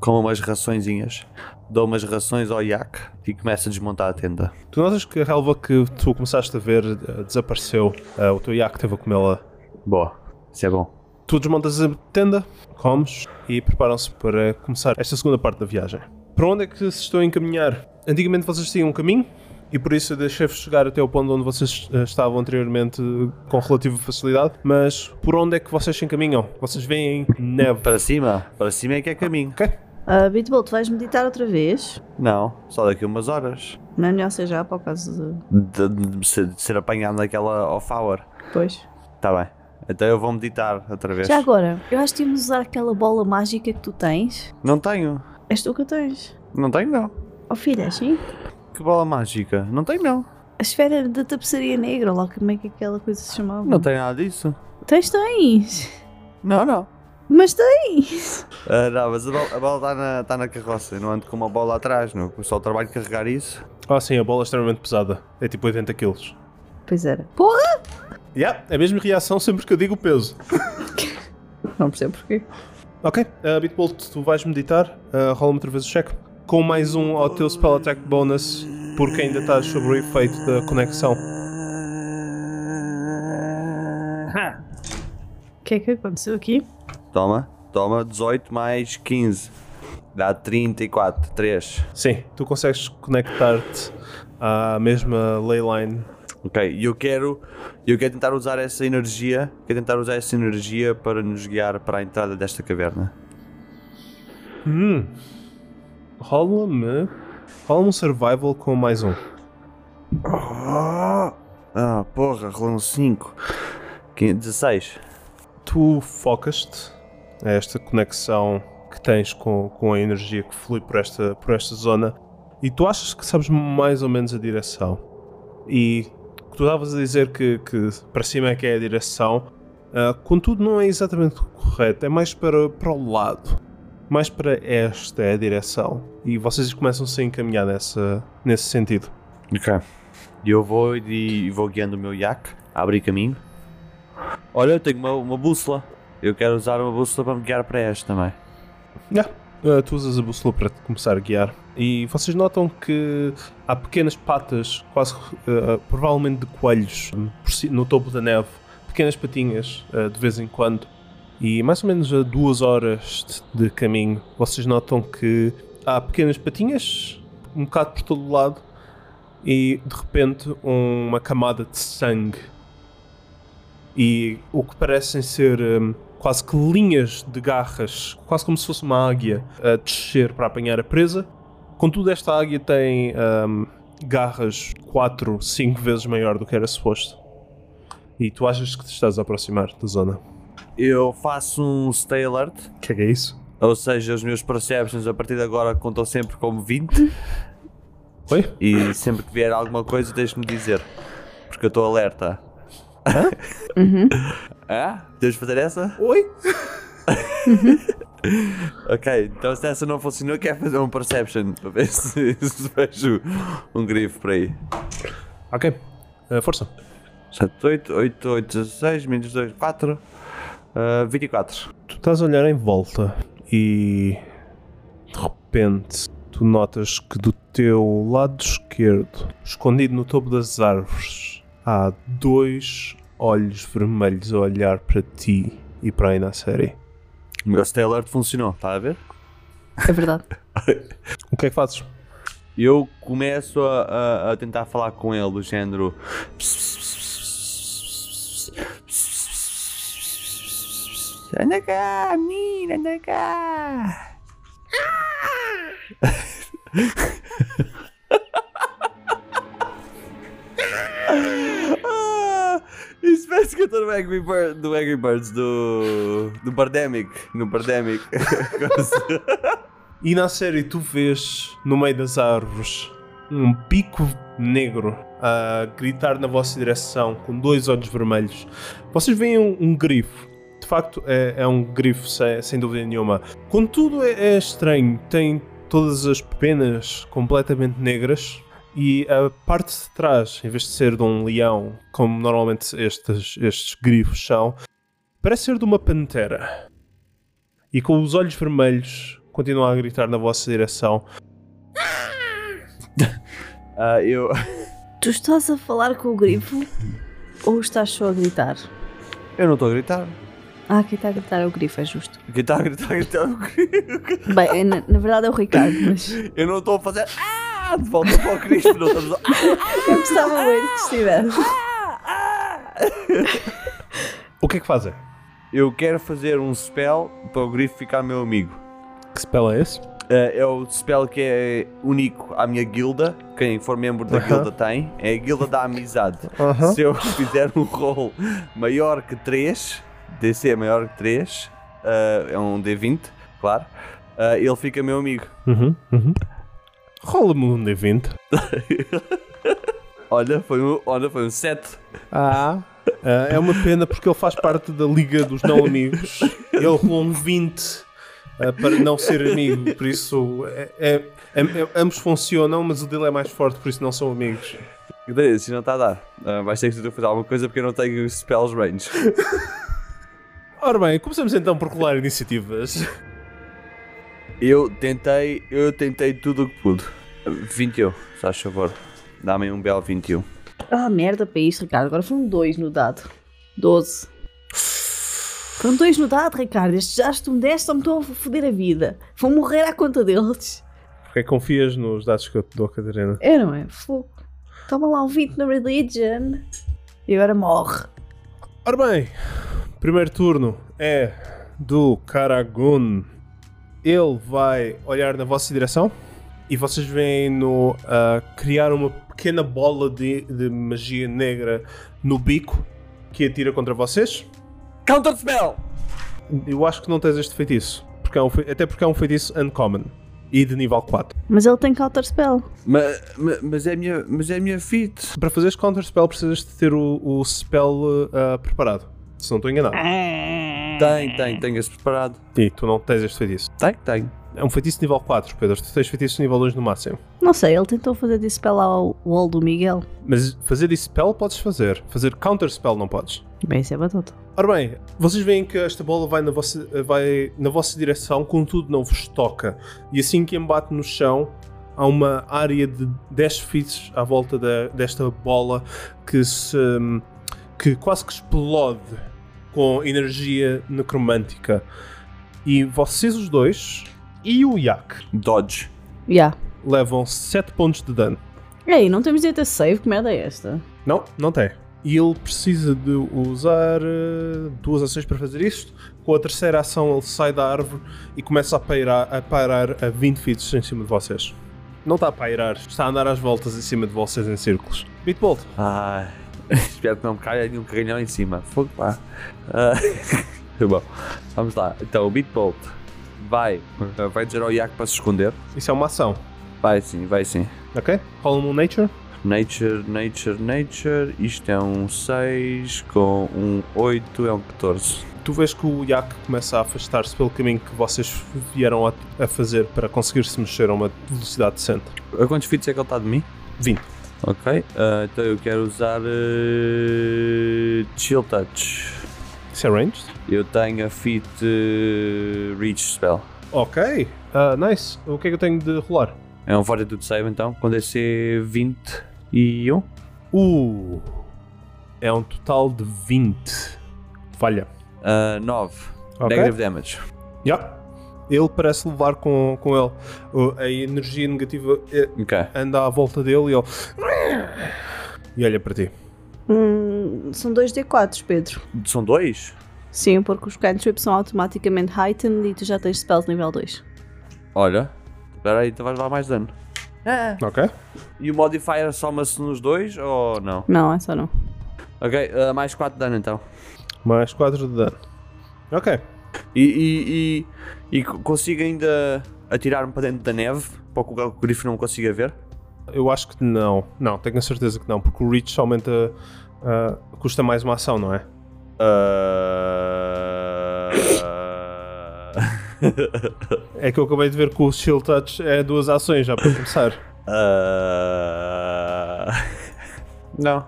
[SPEAKER 5] como umas raçõezinhas, dou umas rações ao iac e começo a desmontar a tenda.
[SPEAKER 2] Tu notas que a relva que tu começaste a ver ah, desapareceu, Ah, o teu iaco teve a comê-la.
[SPEAKER 5] Boa, isso é bom.
[SPEAKER 2] Tu desmontas a tenda, comes e preparam-se para começar esta segunda parte da viagem. Para onde é que se estão a encaminhar? Antigamente vocês tinham um caminho e por isso eu deixei-vos chegar até o ponto onde vocês eh, estavam anteriormente eh, com relativa facilidade, mas por onde é que vocês se encaminham? Vocês veem neve.
[SPEAKER 5] Para cima, para cima é que é caminho.
[SPEAKER 3] Uh, Bitbull, tu vais meditar outra vez?
[SPEAKER 5] Não, só daqui a umas horas
[SPEAKER 3] Não é melhor ser já, para o caso de...
[SPEAKER 5] de, de- de ser, de ser apanhado naquela off-hour.
[SPEAKER 3] Depois.
[SPEAKER 5] Tá bem, então eu vou meditar outra vez.
[SPEAKER 3] Já agora, eu acho que tínhamos de usar aquela bola mágica que tu tens.
[SPEAKER 5] Não tenho,
[SPEAKER 3] És tu que a tens.
[SPEAKER 5] não tenho não.
[SPEAKER 3] Oh filha, sim?
[SPEAKER 5] Que bola mágica, não tenho não.
[SPEAKER 3] A esfera da tapeçaria negra, ou lá como é que aquela coisa se chamava.
[SPEAKER 5] Não tenho nada disso.
[SPEAKER 3] Tens, tens.
[SPEAKER 5] Não, não.
[SPEAKER 3] Mas tens.
[SPEAKER 5] Ah, não, mas a bola, a bola está, na, tá na carroça, eu não ando com uma bola atrás, não. Só o trabalho de carregar isso.
[SPEAKER 2] Ah sim, a bola é extremamente pesada, é tipo 80 quilos.
[SPEAKER 3] Pois era. Porra!
[SPEAKER 2] Yeah, é a mesma reação sempre que eu digo o peso.
[SPEAKER 3] Não percebo porquê.
[SPEAKER 2] Ok, uh, Bitbolt, tu vais meditar, uh, rola-me outra vez o cheque. Com mais um ao teu spell attack bonus, porque ainda estás sobre o efeito da conexão.
[SPEAKER 3] O que é que aconteceu aqui?
[SPEAKER 5] Toma, toma 18 mais 15. Dá 34, 3.
[SPEAKER 2] Sim, tu consegues conectar-te à mesma leyline.
[SPEAKER 5] Ok, e eu quero, eu quero tentar usar essa energia, quero tentar usar essa energia para nos guiar para a entrada desta caverna.
[SPEAKER 2] Hum. Rola-me. Rola-me um survival com mais um.
[SPEAKER 5] Ah, porra, rolou 5. 16.
[SPEAKER 2] Tu focas-te a esta conexão que tens com, com a energia que flui por esta, por esta zona e tu achas que sabes mais ou menos a direção. E tu estavas a dizer que, que para cima é que é a direção, ah, contudo, não é exatamente correto, é mais para, para o lado. Mais para esta é a direção. E vocês começam-se a encaminhar nessa, nesse sentido.
[SPEAKER 5] Ok. E eu vou e vou guiando o meu yak, a abrir caminho. Olha, eu tenho uma, uma bússola. Eu quero usar uma bússola para me guiar para esta também.
[SPEAKER 2] Yeah. Uh, tu usas a bússola para te começar a guiar e vocês notam que há pequenas patas, quase uh, provavelmente de coelhos, um, por ci- no topo da neve, pequenas patinhas uh, de vez em quando. E mais ou menos a duas horas de, de caminho, vocês notam que há pequenas patinhas, um bocado por todo lado, e de repente uma camada de sangue e o que parecem ser hum, quase que linhas de garras, quase como se fosse uma águia a descer para apanhar a presa. Contudo, esta águia tem hum, garras 4, 5 vezes maior do que era suposto. E tu achas que te estás a aproximar da zona?
[SPEAKER 5] Eu faço um stay alert.
[SPEAKER 2] O que é que é isso?
[SPEAKER 5] Ou seja, os meus perceptions a partir de agora contam sempre como 20
[SPEAKER 2] Oi?
[SPEAKER 5] e sempre que vier alguma coisa deixe-me dizer. Porque eu estou alerta. Hã? Deves fazer essa?
[SPEAKER 2] Oi?
[SPEAKER 5] Ok, então se essa não funcionou, eu quero fazer um perception para ver se, se vejo um grifo por aí.
[SPEAKER 2] Ok. Eh, força.
[SPEAKER 5] 7, 8, 8, 8, 16, menos 2, 4, ah, 24.
[SPEAKER 2] Tu estás a olhar em volta e de repente tu notas que do teu lado esquerdo, escondido no topo das árvores, há dois olhos vermelhos a olhar para ti e para aí na série.
[SPEAKER 5] O meu stay alert funcionou, está tá a ver?
[SPEAKER 3] É verdade.
[SPEAKER 2] O que é que fazes?
[SPEAKER 5] Eu começo a, a- a tentar falar com ele do género. Anda cá, menina, anda cá. Ah, Isso parece que eu estou no Angry, Bird, do Angry Birds do. do Pandemic. No Pandemic.
[SPEAKER 2] E na série tu vês, no meio das árvores, um bico negro a gritar na vossa direção com dois olhos vermelhos. Vocês veem um, um grifo. De facto, é, é um grifo, sem, sem dúvida nenhuma. Contudo, é, é estranho. Tem todas as penas completamente negras. E a parte de trás, em vez de ser de um leão, como normalmente estes, estes grifos são, parece ser de uma pantera e com os olhos vermelhos continua a gritar na vossa direção.
[SPEAKER 5] Ah, eu.
[SPEAKER 3] Tu estás a falar com o grifo ou estás só a gritar?
[SPEAKER 5] Eu não estou a gritar.
[SPEAKER 3] Ah, quem está a gritar é o grifo, é justo.
[SPEAKER 5] Quem está a gritar, gritar, é o Cristo.
[SPEAKER 3] Bem, é- na, na verdade é o Ricardo, mas
[SPEAKER 5] Eu não estou a fazer. Ah! De volta para o Cristo. Não estou a fazer.
[SPEAKER 3] eu gostava muito que estivesse.
[SPEAKER 5] Ah! ah.
[SPEAKER 2] O que é que fazem?
[SPEAKER 5] Eu quero fazer um spell para o Grifo ficar meu amigo.
[SPEAKER 2] Que spell é esse?
[SPEAKER 5] Eh, é o spell que é único à minha guilda. Quem for membro da guilda tem. É a guilda da amizade.
[SPEAKER 2] Aham.
[SPEAKER 5] Se eu fizer um roll maior que 3, DC é maior que 3, é um D20, claro. eh, ele fica meu amigo.
[SPEAKER 2] Uhum, uhum. Rola-me um D20.
[SPEAKER 5] Olha, foi um, olha, foi um 7.
[SPEAKER 2] Ah. é uma pena porque ele faz parte da Liga dos Não Amigos. Ele rolou um 20 ah, para não ser amigo, por isso é- é- é- é- ambos funcionam, mas o dele é mais forte, por isso não são amigos.
[SPEAKER 5] Cadê? Se não está a dar. Ah, vais ter que tu fazer alguma coisa porque eu não tenho spells range.
[SPEAKER 2] Ora bem, começamos então por rolar iniciativas.
[SPEAKER 5] Eu tentei, eu tentei tudo o que pude. 21, se faz favor. Dá-me um belo 21.
[SPEAKER 3] Ah, merda para isto, Ricardo. Agora foram dois no dado. Doze. Foram dois no dado, Ricardo. Estes já que tu me deste, só me estão a foder a vida. Vou morrer à conta deles.
[SPEAKER 2] Porque é confias nos dados que eu te dou, Catarina?
[SPEAKER 3] É, não é? Fogo. Toma lá um 20 na Religion. E agora morre.
[SPEAKER 2] Ora bem, primeiro turno é do Karagun. Ele vai olhar na vossa direção e vocês veem-no a criar uma pequena bola de, de magia negra no bico que atira contra vocês.
[SPEAKER 5] Counter spell!
[SPEAKER 2] Eu acho que não tens este feitiço, porque é um fe- até porque é um feitiço uncommon e de nível 4.
[SPEAKER 3] Mas ele tem counter spell.
[SPEAKER 5] Mas, mas, é, a minha, mas é a minha fit.
[SPEAKER 2] Para fazeres counter spell precisas de ter o, o spell ah, preparado, se não estou enganado.
[SPEAKER 3] Ah.
[SPEAKER 5] Tem, tem, tenho esse preparado.
[SPEAKER 2] E tu não tens este feitiço.
[SPEAKER 5] Tem, tem.
[SPEAKER 2] É um feitiço de nível 4, Pedro. Tu tens feitiço de nível 2 no máximo.
[SPEAKER 3] Não sei, ele tentou fazer dispel ao wall do Miguel.
[SPEAKER 2] Mas fazer spell podes fazer, fazer counter spell não podes.
[SPEAKER 3] Bem, isso é batota.
[SPEAKER 2] Ora bem, vocês veem que esta bola vai na vossa, vai na vossa direção, contudo não vos toca. E assim que embate no chão, há uma área de 10 feet à volta da- desta bola que se que quase que explode com energia necromântica. E vocês os dois e o Yak
[SPEAKER 5] Dodge.
[SPEAKER 3] Já.
[SPEAKER 2] levam 7 pontos de dano.
[SPEAKER 3] E aí, não temos direito a save? Que merda é esta?
[SPEAKER 2] Não, não tem. E ele precisa de usar eh, duas ações para fazer isto. Com a terceira ação, ele sai da árvore e começa a pairar a, pairar a 20 feet em cima de vocês. Não está a pairar, está a andar às voltas em cima de vocês em círculos. Bitbolt,
[SPEAKER 5] Ai. Espero que não me caia nenhum carrilhão em cima. Fogo pá. Ah, bom, vamos lá. Então, o Beatbolt vai. Vai dizer ao Yak para se esconder.
[SPEAKER 2] isso é uma ação,
[SPEAKER 5] Vai sim, vai sim.
[SPEAKER 2] ok? Rola um Nature.
[SPEAKER 5] Nature, nature, nature. Isto é um 6 com um 8, é um 14.
[SPEAKER 2] Tu vês que o Yak começa a afastar-se pelo caminho que vocês vieram a, a fazer para conseguir se mexer a uma velocidade decente.
[SPEAKER 5] A quantos fits é que ele está de mim?
[SPEAKER 2] 20.
[SPEAKER 5] Ok, ah, então eu quero usar eh, Chill Touch.
[SPEAKER 2] Isso é ranged?
[SPEAKER 5] Eu tenho a fit eh, Reach Spell.
[SPEAKER 2] Ok, ah, nice. O que é que eu tenho de rolar?
[SPEAKER 5] É um Fortitude Save então, com DC 21.
[SPEAKER 2] Uh, é um total de 20. Falha.
[SPEAKER 5] 9.
[SPEAKER 2] Ok.
[SPEAKER 5] Eh, Negative Damage.
[SPEAKER 2] Yeah. Ele parece levar com, com ele. Uh, A energia negativa eh,
[SPEAKER 5] Ok.
[SPEAKER 2] anda à volta dele e ele. E olha para ti.
[SPEAKER 3] Hum, são dois D4, Pedro.
[SPEAKER 5] São dois?
[SPEAKER 3] Sim, porque os cantrips são automaticamente heightened e tu já tens spells nível 2.
[SPEAKER 5] Olha. Espera aí, então vais levar mais dano.
[SPEAKER 2] Ok?
[SPEAKER 5] E o modifier soma-se nos dois ou não?
[SPEAKER 3] Não, é só não.
[SPEAKER 5] Ok, ah, mais 4 dano então.
[SPEAKER 2] Mais 4 de dano. Ok.
[SPEAKER 5] E, e, e, e co- consigo ainda atirar-me para dentro da neve para que o grifo não me consiga ver?
[SPEAKER 2] Eu acho que não. Não, tenho a certeza que não, porque o Reach aumenta. ah, custa mais uma ação, não é?
[SPEAKER 5] Ah,
[SPEAKER 2] É que eu acabei de ver que o Shield Touch é duas ações já para começar.
[SPEAKER 5] ah. não.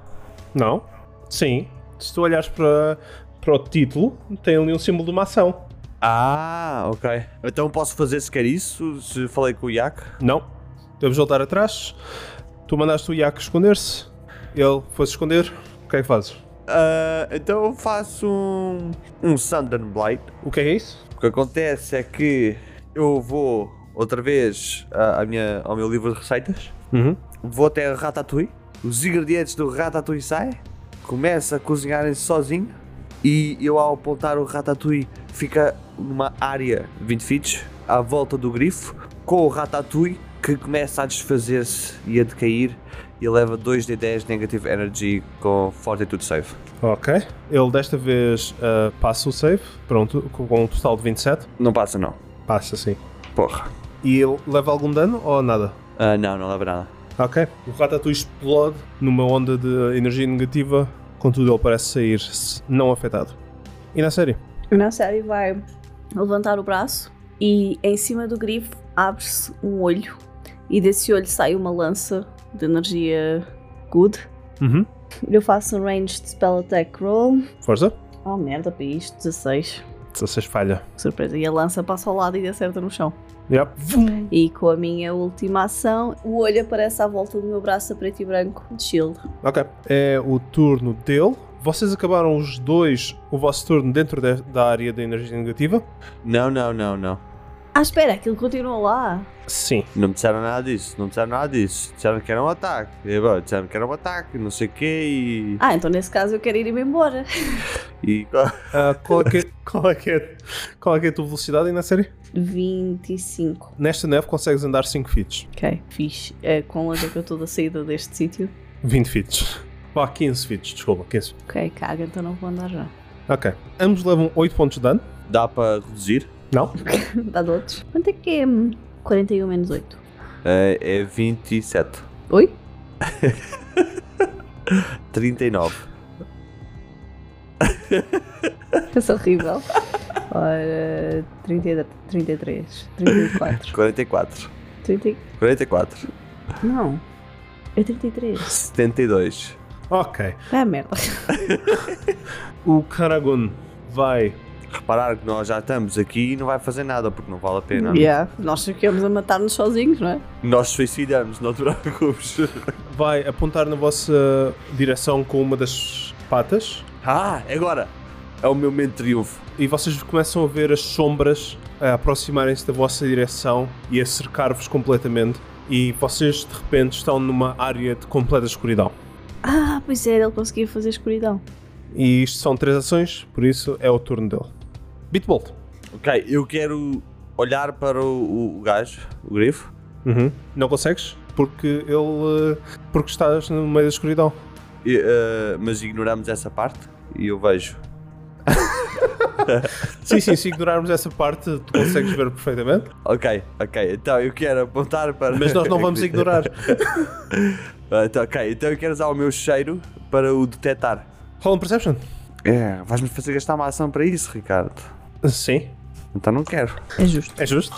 [SPEAKER 2] Não? Sim. Se tu olhares para, para o título, tem ali um símbolo de uma ação.
[SPEAKER 5] Ah, ok. Então posso fazer sequer isso? Se falei com o Yak?
[SPEAKER 2] Não. Deves voltar atrás. Tu mandaste o Iaco esconder-se. Ele foi-se esconder. O que é que fazes?
[SPEAKER 5] Ah, então eu faço um, um Sudden Blight.
[SPEAKER 2] O que é isso?
[SPEAKER 5] O que acontece é que eu vou outra vez à à minha, ao meu livro de receitas,
[SPEAKER 2] Uhum.
[SPEAKER 5] vou até Ratatouille, os ingredientes do Ratatouille saem, começa a cozinharem sozinho e eu ao apontar o Ratatouille fica numa área de 20 feet à volta do grifo com o Ratatouille que começa a desfazer-se e a decair e leva 2d10 negative energy com fortitude save.
[SPEAKER 2] Ok. Ele desta vez ah, passa o save. Pronto, com com um total de 27.
[SPEAKER 5] Não passa não.
[SPEAKER 2] Passa sim.
[SPEAKER 5] Porra.
[SPEAKER 2] E ele leva algum dano ou nada?
[SPEAKER 5] Ah, não, não leva nada.
[SPEAKER 2] Ok. O Ratatouille explode numa onda de energia negativa, contudo ele parece sair s- não afetado. E na série?
[SPEAKER 3] Na série vai levantar o braço e em cima do grifo abre-se um olho e desse olho sai uma lança de energia good.
[SPEAKER 2] Uhum.
[SPEAKER 3] Eu faço um ranged spell attack roll.
[SPEAKER 2] Força?
[SPEAKER 3] Oh merda para isto, 16.
[SPEAKER 2] 16 falha.
[SPEAKER 3] Que Surpresa. E a lança passa ao lado e acerta no chão.
[SPEAKER 2] Yep. Vum.
[SPEAKER 3] E com a minha última ação, o olho aparece à volta do meu braço a preto e branco de shield.
[SPEAKER 2] Ok. É o turno dele. Vocês acabaram os dois o vosso turno dentro de- da área da energia negativa?
[SPEAKER 5] Não, não, não, não.
[SPEAKER 3] Ah, espera, aquilo continua lá.
[SPEAKER 2] Sim.
[SPEAKER 5] Não me disseram nada disso, não me disseram nada disso. Disseram que era um ataque. E, bom, disseram que era um ataque, não sei o quê
[SPEAKER 3] Ah, então nesse caso eu quero ir-me embora.
[SPEAKER 5] e. e
[SPEAKER 2] Ah, qual, é que é, qual, é que é, qual é que é a tua velocidade aí na série?
[SPEAKER 3] 25.
[SPEAKER 2] Nesta neve consegues andar 5 feet.
[SPEAKER 3] Ok, fixe. É, com onde é que eu estou da saída deste sítio?
[SPEAKER 2] 20 feet. Vá, 15 feet, desculpa, 15.
[SPEAKER 3] Ok, caga, então não vou andar já.
[SPEAKER 2] Ok. Ambos levam 8 pontos de dano.
[SPEAKER 5] Dá para reduzir?
[SPEAKER 2] Não?
[SPEAKER 3] Dá de outros. Quanto é que é? hum, 41 menos 8.
[SPEAKER 5] É, é 27.
[SPEAKER 3] Oi?
[SPEAKER 5] 39.
[SPEAKER 3] É horrível. Ora, 30, 33, 34,
[SPEAKER 5] 44.
[SPEAKER 3] 30,
[SPEAKER 5] 44.
[SPEAKER 3] não, é 33.
[SPEAKER 5] 72.
[SPEAKER 2] Ok.
[SPEAKER 3] É merda.
[SPEAKER 2] O Karagun vai.
[SPEAKER 5] Reparar que nós já estamos aqui e não vai fazer nada porque não vale a pena.
[SPEAKER 3] Yeah, nós ficamos a matar-nos sozinhos, não é?
[SPEAKER 5] Nós suicidamos, não te preocupes.
[SPEAKER 2] Vai apontar na vossa direção com uma das patas
[SPEAKER 5] Ah, agora! É o meu momento de triunfo.
[SPEAKER 2] e vocês começam a ver as sombras a aproximarem-se da vossa direção e a cercar-vos completamente. E vocês de repente estão numa área de completa escuridão.
[SPEAKER 3] Ah, pois é, ele conseguia fazer escuridão.
[SPEAKER 2] E isto são três ações, por isso é o turno dele. Bitbolt.
[SPEAKER 5] Ok, eu quero olhar para o, o- o gajo, o grifo.
[SPEAKER 2] Uhum. Não consegues? Porque ele. eh, Porque estás no meio da escuridão.
[SPEAKER 5] E, eh, mas ignoramos essa parte e eu vejo.
[SPEAKER 2] Sim, sim, se ignorarmos essa parte, tu consegues ver perfeitamente.
[SPEAKER 5] Ok, ok, então eu quero apontar para.
[SPEAKER 2] Mas nós não vamos ignorar.
[SPEAKER 5] Ah, então, ok, então eu quero usar o meu cheiro para o detectar.
[SPEAKER 2] Roll and Perception.
[SPEAKER 5] É, vais-me fazer gastar uma ação para isso, Ricardo.
[SPEAKER 2] Sim.
[SPEAKER 5] Então não quero.
[SPEAKER 3] É justo.
[SPEAKER 2] É justo.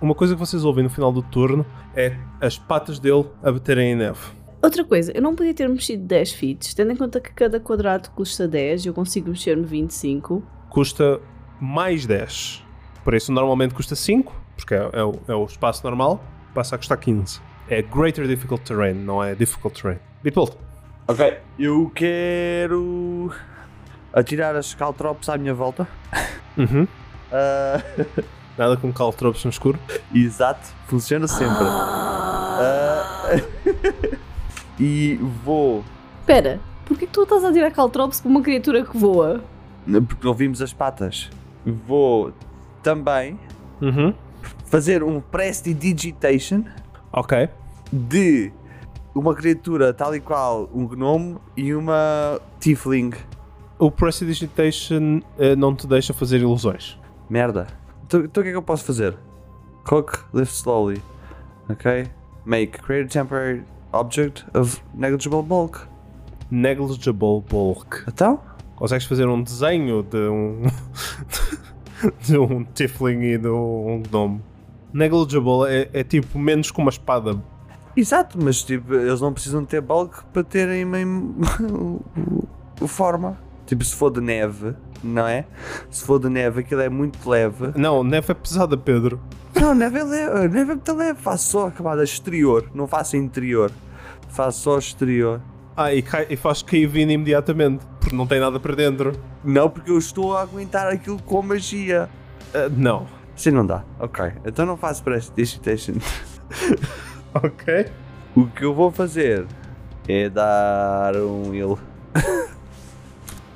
[SPEAKER 2] Uma coisa que vocês ouvem no final do turno é as patas dele a baterem em neve.
[SPEAKER 3] Outra coisa, eu não podia ter mexido 10 feet, tendo em conta que cada quadrado custa 10 e eu consigo mexer-me 25.
[SPEAKER 2] Custa mais 10. Por isso, normalmente custa 5, porque é, é o, é o espaço normal. Passa a custar 15. É Greater Difficult Terrain, não é Difficult Terrain. Bitbolt.
[SPEAKER 5] Ok, eu quero. atirar as caltrops à minha volta.
[SPEAKER 2] Uhum.
[SPEAKER 5] Ah,
[SPEAKER 2] Nada com caltropes no escuro.
[SPEAKER 5] Exato, funciona sempre. Ah, e vou.
[SPEAKER 3] Pera, porquê que tu estás a tirar caltropes para uma criatura que voa?
[SPEAKER 5] Porque não vimos as patas. Vou também
[SPEAKER 2] Uhum.
[SPEAKER 5] fazer um Prestidigitation
[SPEAKER 2] Ok.
[SPEAKER 5] de uma criatura tal e qual um gnome e uma tiefling.
[SPEAKER 2] O Prestidigitation eh, não te deixa fazer ilusões.
[SPEAKER 5] Merda. Então então o que é que eu posso fazer? Cook, lift slowly. Ok? Make, create a temporary object of negligible bulk.
[SPEAKER 2] Negligible Bulk.
[SPEAKER 5] Então?
[SPEAKER 2] Consegues fazer um desenho de um. de um Tifling e de um gnome. Negligible é, é tipo menos que uma espada.
[SPEAKER 5] Exato, mas tipo, eles não precisam ter bulk para terem mesmo forma. Tipo, se for de neve, não é? Se for de neve, aquilo é muito leve.
[SPEAKER 2] Não, neve é pesada, Pedro.
[SPEAKER 5] Não, neve é leve, neve é muito leve. Faço só a camada exterior, não faço interior. Faço só exterior.
[SPEAKER 2] Ah, e, cai, e faz cair vindo imediatamente, porque não tem nada para dentro.
[SPEAKER 5] Não, porque eu estou a aguentar aquilo com magia.
[SPEAKER 2] Ah, não.
[SPEAKER 5] Assim não dá. Ok, então não faço prestidigitation.
[SPEAKER 2] Ok.
[SPEAKER 5] O que eu vou fazer é dar um heal.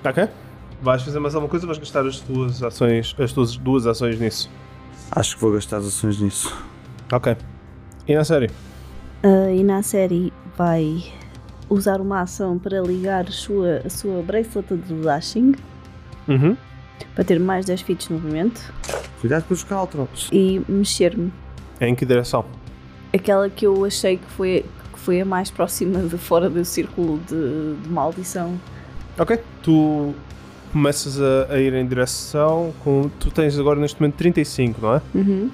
[SPEAKER 2] Ok. Vais fazer mais alguma coisa ou vais gastar as tuas ações, as tuas duas ações nisso?
[SPEAKER 5] Acho que vou gastar as ações nisso.
[SPEAKER 2] Ok. E na série?
[SPEAKER 3] Ah, e na série vai usar uma ação para ligar sua, a sua braceleta de dashing
[SPEAKER 2] Uhum.
[SPEAKER 3] para ter mais 10 feats de movimento
[SPEAKER 5] Cuidado com os caltrops.
[SPEAKER 3] e mexer-me.
[SPEAKER 2] É Em que direção?
[SPEAKER 3] Aquela que eu achei que foi, que foi a mais próxima de fora do círculo de, de maldição.
[SPEAKER 2] Ok. Tu começas a, a ir em direção com. Tu tens agora neste momento 35, não é?
[SPEAKER 3] Uhum.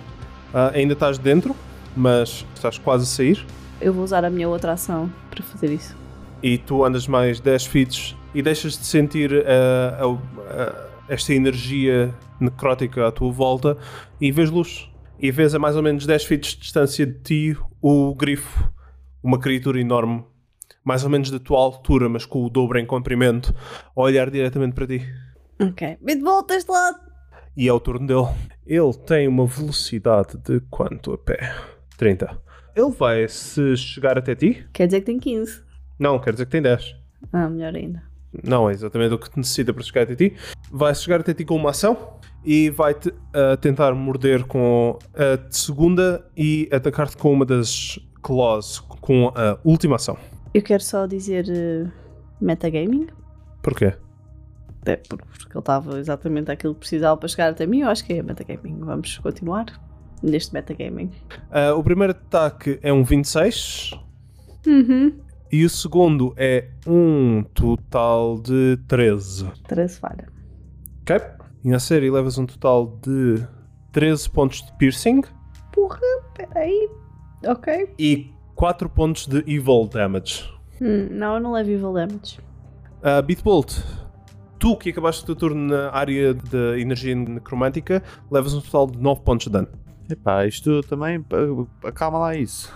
[SPEAKER 2] Ah, ainda estás dentro, mas estás quase a sair.
[SPEAKER 3] Eu vou usar a minha outra ação para fazer isso.
[SPEAKER 2] E tu andas mais 10 feet e deixas de sentir ah, a- a- esta energia necrótica à tua volta e vês luz. E vês a mais ou menos 10 feet de distância de ti o grifo, uma criatura enorme, mais ou menos da tua altura, mas com o dobro em comprimento, a olhar diretamente para ti.
[SPEAKER 3] Ok. Vem de volta este lado!
[SPEAKER 2] E é o turno dele. Ele tem uma velocidade de quanto a pé? 30. Ele vai se chegar até ti?
[SPEAKER 3] Quer dizer que tem 15.
[SPEAKER 2] Não, quer dizer que tem 10.
[SPEAKER 3] Ah, melhor ainda.
[SPEAKER 2] Não é exatamente o que te necessita para chegar até ti. Vai chegar até ti com uma ação e vai-te ah, tentar morder com a segunda e atacar-te com uma das claws com a última ação.
[SPEAKER 3] Eu quero só dizer eh, metagaming.
[SPEAKER 2] Porquê?
[SPEAKER 3] Até por- porque ele estava exatamente aquilo que precisava para chegar até mim. Eu acho que é metagaming. Vamos continuar neste metagaming.
[SPEAKER 2] Ah, o primeiro ataque é um 26
[SPEAKER 3] Uhum.
[SPEAKER 2] e o segundo é um total de 13.
[SPEAKER 3] 13 falha.
[SPEAKER 2] Ok. E na série levas um total de 13 pontos de piercing
[SPEAKER 3] Porra, peraí. Ok.
[SPEAKER 2] e 4 pontos de evil damage.
[SPEAKER 3] Hum, não, eu não levo evil damage.
[SPEAKER 2] Uh, Bitbolt, tu que acabaste o teu turno na área de energia necromântica, levas um total de 9 pontos de dano.
[SPEAKER 5] Epá, isto também. pa- Acalma lá isso.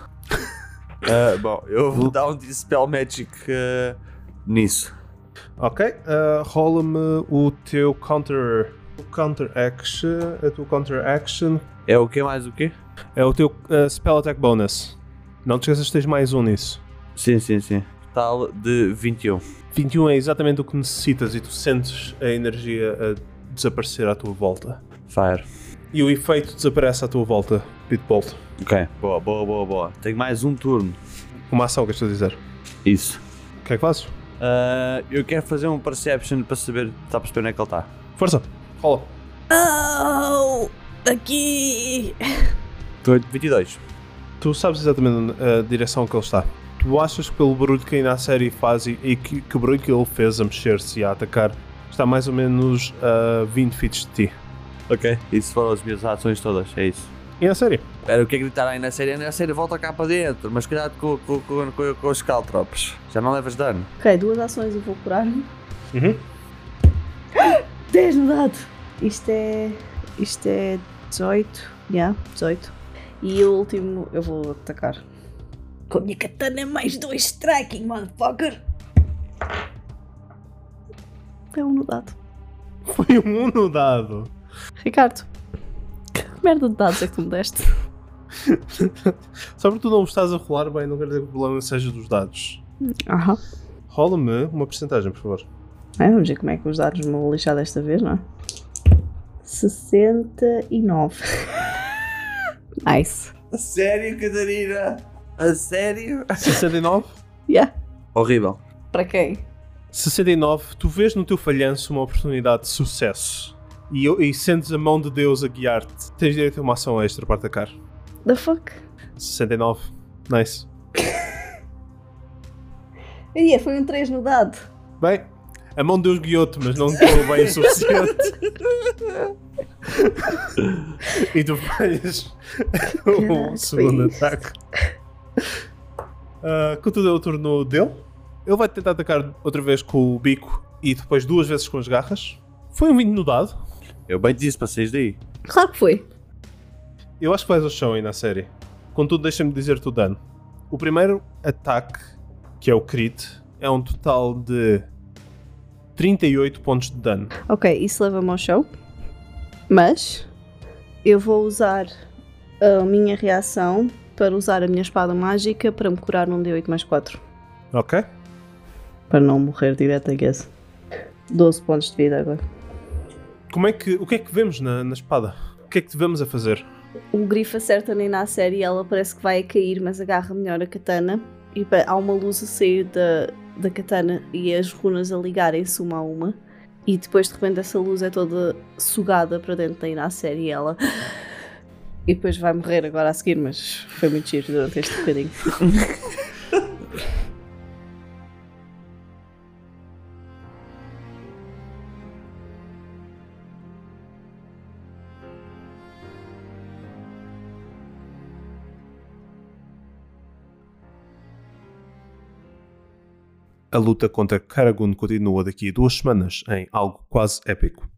[SPEAKER 5] Ah, bom, eu vou dar um Dispel Magic ah, nisso.
[SPEAKER 2] Ok, uh, rola-me o teu counter. O counter action. A tua counter action
[SPEAKER 5] É o que mais o quê?
[SPEAKER 2] é o teu uh, spell attack bonus. Não te esqueças que tens mais um nisso.
[SPEAKER 5] Sim, sim, sim. Total de 21.
[SPEAKER 2] 21 é exatamente o que necessitas e tu sentes a energia a desaparecer à tua volta.
[SPEAKER 5] Fire.
[SPEAKER 2] E o efeito desaparece à tua volta, Bitbolt.
[SPEAKER 5] Ok. Boa, boa, boa, boa. Tenho mais um turno.
[SPEAKER 2] Uma ação, queres dizer?
[SPEAKER 5] Isso.
[SPEAKER 2] O que é que fazes?
[SPEAKER 5] Ah, eu quero fazer um Perception para saber. Está a perceber onde é que ele está?
[SPEAKER 2] Força! Rola!
[SPEAKER 3] Oh! Aqui!
[SPEAKER 5] 22.
[SPEAKER 2] Tu sabes exatamente onde- a direção que ele está. Tu achas que pelo barulho que ainda a série faz e, e que, que barulho que ele fez a mexer-se e a atacar, está mais ou menos a 20 feet de ti.
[SPEAKER 5] Ok. Isso foram as minhas ações todas. É isso.
[SPEAKER 2] E a série?
[SPEAKER 5] Era o que é gritar aí na série? Na série, volta cá para dentro. Mas cuidado com, com, com, com, com os caltropes. Já não levas dano.
[SPEAKER 3] Ok, duas ações eu vou curar-me.
[SPEAKER 2] Uhum.
[SPEAKER 3] 10 no dado! Isto é. Isto é 18. Yeah, 18. E o último eu vou atacar. Com a minha katana é mais dois striking, motherfucker! É um no dado.
[SPEAKER 2] Foi um no dado.
[SPEAKER 3] Ricardo, merda de dados é que tu me deste?
[SPEAKER 2] Só porque tu não o estás a rolar bem, não quer dizer que o problema seja dos dados.
[SPEAKER 3] Aham.
[SPEAKER 2] Rola-me uma porcentagem, por favor.
[SPEAKER 3] Ah, vamos ver como é que os dados me vão lixar desta vez, não é? 69. nice.
[SPEAKER 6] A sério, Catarina? A sério?
[SPEAKER 2] 69?
[SPEAKER 3] Yeah.
[SPEAKER 6] Horrível.
[SPEAKER 3] Para quem?
[SPEAKER 2] 69, tu vês no teu falhanço uma oportunidade de sucesso. E, eu- e sentes a mão de Deus a guiar-te. Tens direito a uma ação extra para atacar.
[SPEAKER 3] The fuck?
[SPEAKER 2] 69. Nice.
[SPEAKER 3] Ia, foi um 3 no dado.
[SPEAKER 2] Bem, a mão de Deus guiou-te, mas não guiou bem o suficiente. e tu falhas o
[SPEAKER 3] Caralho,
[SPEAKER 2] segundo
[SPEAKER 3] foi isto.
[SPEAKER 2] ataque. Ah, contudo, é o turno dele. Ele vai tentar atacar outra vez com o bico e depois duas vezes com as garras. Foi um 20 no dado.
[SPEAKER 5] Eu bem te disse para sair daí.
[SPEAKER 3] Claro que foi.
[SPEAKER 2] Eu acho que vais ao chão aí na série. Contudo, deixa-me dizer-te o dano. O primeiro ataque, que é o crit, é um total de 38 pontos de dano.
[SPEAKER 3] Ok, isso leva-me ao show. Mas eu vou usar a minha reação para usar a minha espada mágica para me curar num D8 mais 4.
[SPEAKER 2] Ok?
[SPEAKER 3] Para não morrer direto, I guess. 12 pontos de vida agora.
[SPEAKER 2] Como é que, o que é que vemos na, na espada? O que é que devemos a fazer?
[SPEAKER 3] O grifo acerta nem na série e ela parece que vai a cair, mas agarra melhor a katana. E pa- há uma luz a sair da, da katana e as runas a ligarem-se uma a uma. E depois de repente essa luz é toda sugada para dentro da Inácia e ela. E depois vai morrer agora a seguir, mas foi muito giro durante este bocadinho.
[SPEAKER 2] A luta contra Karagun continua daqui a duas semanas em algo quase épico.